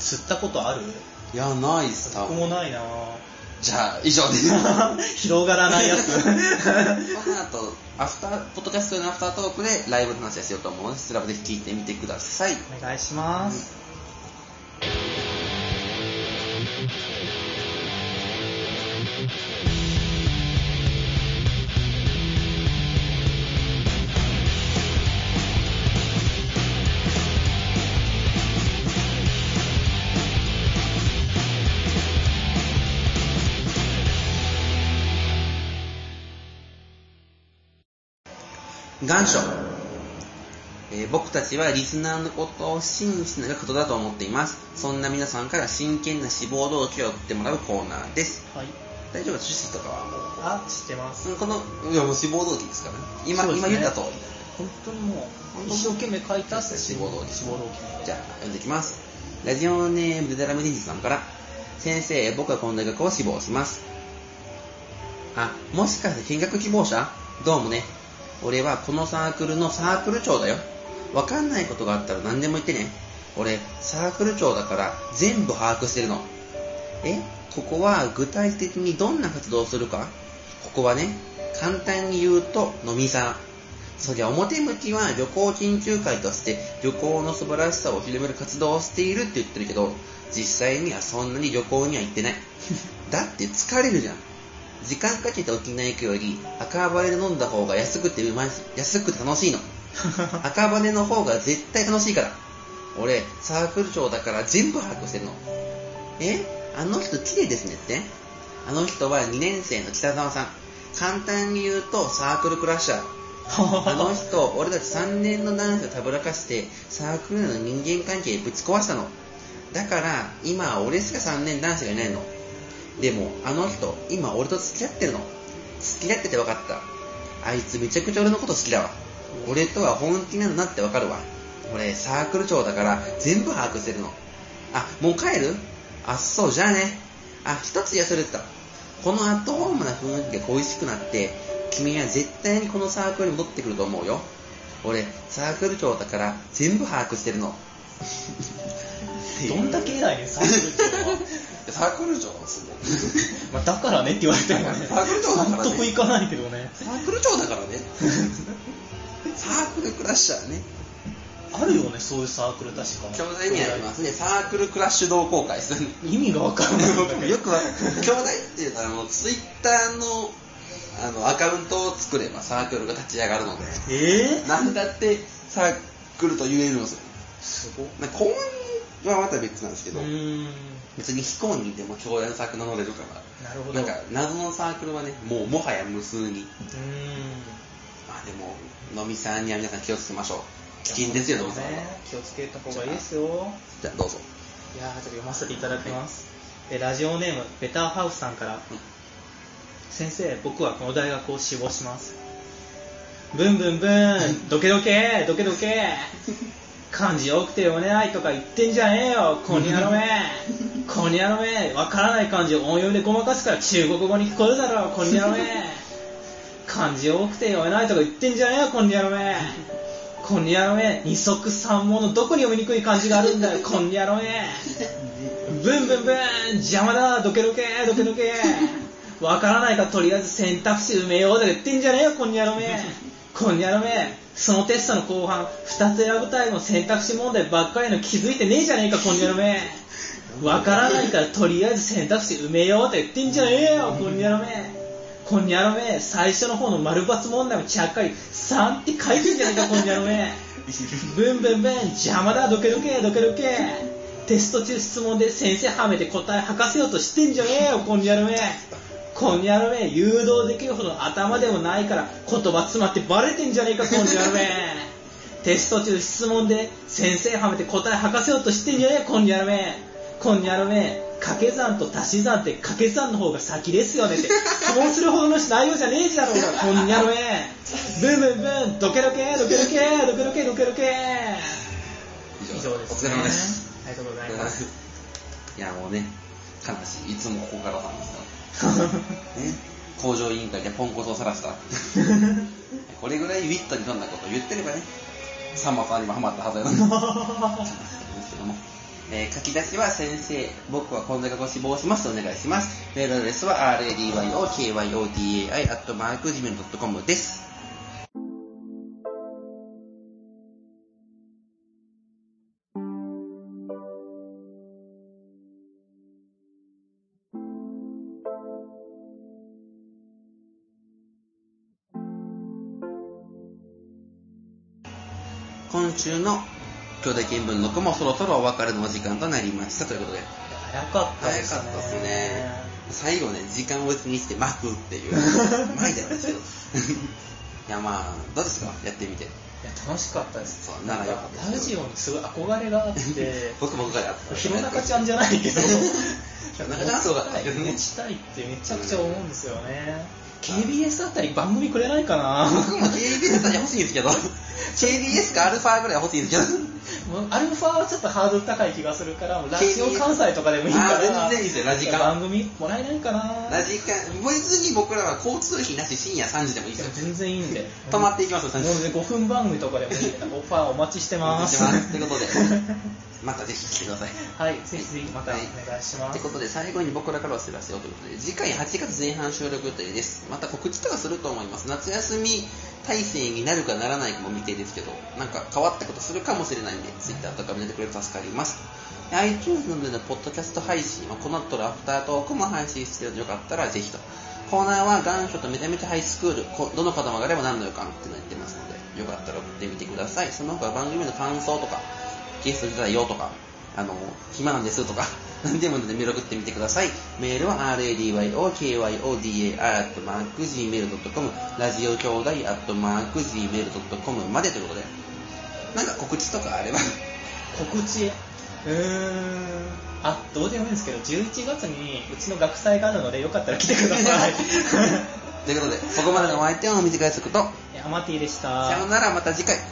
S2: 吸ったことある
S1: いやないっす多
S2: 僕
S1: 分
S2: もないな
S1: じゃあ以上ですこ
S2: 広がらないやつ
S1: の後アフターポッドキャスト用のアフタートークでライブの話をしようと思うのでそちらもぜひ聞いてみてください
S2: [laughs] お願いします
S1: 願書、えー僕たちはリスナーのことを真摯なことだと思っていますそんな皆さんから真剣な志望動機を送ってもらうコーナーです
S2: はい
S1: 大丈夫趣旨とかはもう
S2: あ知ってます
S1: うんこの、いやもう志望動機ですからね。今、
S2: そうです
S1: 今
S2: ね
S1: 言った通りだね。
S2: 本当にも
S1: 本
S2: う
S1: 当
S2: 一生懸命書いたって
S1: 志望動機
S2: 志望動機
S1: じゃあ、読んでいきます。ラジオネームデダラム人事さんから、先生、僕はこの大学を志望します。あ、もしかして見学希望者どうもね。俺はこのサークルのサークル長だよ。わかんないことがあったら何でも言ってね。俺、サークル長だから全部把握してるの。えここは具体的にどんな活動をするかここはね、簡単に言うと飲みさん。そりゃ表向きは旅行研究会として旅行の素晴らしさを広める活動をしているって言ってるけど、実際にはそんなに旅行には行ってない。 [laughs] だって疲れるじゃん。時間かけて沖縄行くより赤羽で飲んだ方が安くてうまいし、安くて楽しいの。赤羽の方が絶対楽しいから。俺、サークル長だから全部把握してるの。えあの人綺麗ですねってあの人は2年生の北沢さん。簡単に言うとサークルクラッシャー。あの人、俺たち3年の男子をたぶらかして、サークル内の人間関係ぶち壊したの。だから、今は俺しか3年男子がいないの。でも、あの人、今俺と付き合ってるの。付き合ってて分かった。あいつめちゃくちゃ俺のこと好きだわ。俺とは本気なんだなって分かるわ。俺、サークル長だから全部把握してるの。あ、もう帰るあ、そう、じゃあね。あ、一つ忘れてた。このアットホームな雰囲気が恋しくなって、君は絶対にこのサークルに戻ってくると思うよ。俺、サークル長だから全部把握してるの。
S2: [laughs] どんだけ偉いねサークルって [laughs] いうのは
S1: サークル
S2: [laughs]
S1: 長すごい。
S2: まあだからねって言われても
S1: [laughs]
S2: ね
S1: サークル長だからね
S2: 納得いかないけどね
S1: [laughs] サークル長だからね。サークルクラッシャーね。
S2: あるよねそういうサークル確か
S1: 兄弟にありますねサークルクラッシュ同好会ですね
S2: 意味が分からない
S1: 僕も [laughs] よくわ兄弟っていうとあのツイッターのあのアカウントを作ればサークルが立ち上がるので
S2: えー、
S1: なんだってサークルと言えるのですよ
S2: すごっ
S1: まあ公園はまた別なんですけ
S2: う
S1: ど、
S2: ーん
S1: 別に非公認でも兄弟のサークル名乗れるから
S2: なるほど
S1: なんか謎のサークルはねもうもはや無数に
S2: うー
S1: まあでも飲みさんには皆さん気をつけましょう危険ですよ
S2: ん
S1: 飲みさんは、
S2: ね気をつけた方がいいですよ
S1: じゃあどうぞ
S2: いやーちょっと読ませていただきます、えラジオネームベターハウスさんから、先生僕はこの大学を志望しますブンブンブンドケドケドケドケ漢字多くて読めないとか言ってんじゃねえよこにゃのめこにゃのめわからない漢字を音読でごまかすから中国語に聞こえるだろこにゃのめ漢字多くて読めないとか言ってんじゃねえよこにゃのめこにゃのめ二足三毛のどこに読みにくい漢字があるんだよこにゃのめブンブンブン邪魔だどけどけどけどけわからないからとりあえず選択肢埋めようとか言ってんじゃねえよこんにゃろめこんにゃろめそのテストの後半2つ選ぶタイプの選択肢問題ばっかりの気づいてねえじゃねえかこんにゃろめわからないからとりあえず選択肢埋めようとか言ってんじゃねえよこんにゃろめこんにゃろめ最初の方の丸抜問題もちゃっかり3って書いてんじゃねえかこんにゃろめブンブンブン邪魔だどけどけどけどけテスト中質問で先生はめて答え吐かせようとしてんじゃねえよこんにゃるめこんにゃるめ誘導できるほど頭でもないから言葉詰まってバレてんじゃねえかこんにゃるめテスト中質問で先生はめて答え吐かせようとしてんじゃねえよこんにゃるめこんにゃるめ掛け算と足し算って掛け算の方が先ですよねって質問するほどの内容じゃねえじゃろうがこんにゃるめブンブンブンドケドケドケドケドケドケドケドケ以上で
S1: お
S2: す、
S1: 疲れ様です
S2: ありがとうございます
S1: いやもうね悲しいいつもここからさんですかね工場委員会でポンコツを晒 [laughs] したこれぐらいウィットにどんなことを言ってればねさんまさんにもハマったは [laughs] ずなのですけども、えー書き出しは先生僕はこの大学を志望しますお願いしますメールアドレスは radyokyodai.gmail.com です今週の兄弟見聞録もそろそろお別れのお時間となりましたということで
S2: 早かったで
S1: 早
S2: すね
S1: かったですね最後ね時間を気にして巻くって [laughs] いう巻いてないですけど [laughs] いやまあどうですかやってみて
S2: いや楽しかったです
S1: そうならよかったです
S2: ラジオにすごい憧れがあって
S1: [laughs] [laughs] 僕も僕からやった
S2: 弘中ちゃんじゃないけど
S1: 弘中ちゃんはすごかったけどね
S2: 持ちたいってめちゃくちゃ思うんですよ
S1: [laughs]
S2: ね KBS あたり番組くれないかな
S1: 僕も KBS さんに欲しいんですけ [laughs] ど KBS か α ぐらい欲しいんですけど
S2: もうアルファはちょっとハードル高い気がするからもうラジオ関西とかでもいいか
S1: あ
S2: ら
S1: ー全然いいですよラジカン
S2: 番組もらえないかな
S1: ラジカン別に僕らは交通費なし深夜3時でもいいで
S2: いや
S1: すよ
S2: 全然いいんで
S1: 止まっていきますよ3時
S2: 5分番組とかでもい
S1: [laughs]
S2: いんでオファーお待ちして
S1: お願
S2: ま
S1: いし
S2: す
S1: ますということでまたぜひ来てください
S2: [laughs] はいぜひぜひまたお願いしま
S1: って
S2: す
S1: ことで最後に僕らからお知らせをということで次回8月前半収録予定ですまた告知とかすると思います夏休み体制になるかならないかも未定ですけどなんか変わったことするかもしれないんで Twitter とか見てくれると助かりますで iTunes などでのポッドキャスト配信はこの後のアフタートークも配信してるのでよかったらぜひとコーナーは願書とめちゃめちゃハイスクールこどの方もがれば何の予感ってなってますのでよかったら送ってみてくださいその他番組の感想とかゲスト出たいよとかあの、暇なんですとか、 [laughs] 何でもいいのでメール送ってみてください。メールは radyokyodar.gmail.com、ラジオ兄弟 .gmail.com までということで、なんか告知とかあれば、 [laughs]
S2: 告知うーんあどうでもいいんですけど11月にうちの学祭があるのでよかったら来てく
S1: [laughs]
S2: ださい
S1: ということで、ここまでのお相手を見てくださいと、
S2: えアマティでした
S1: さようならまた次回。
S2: はい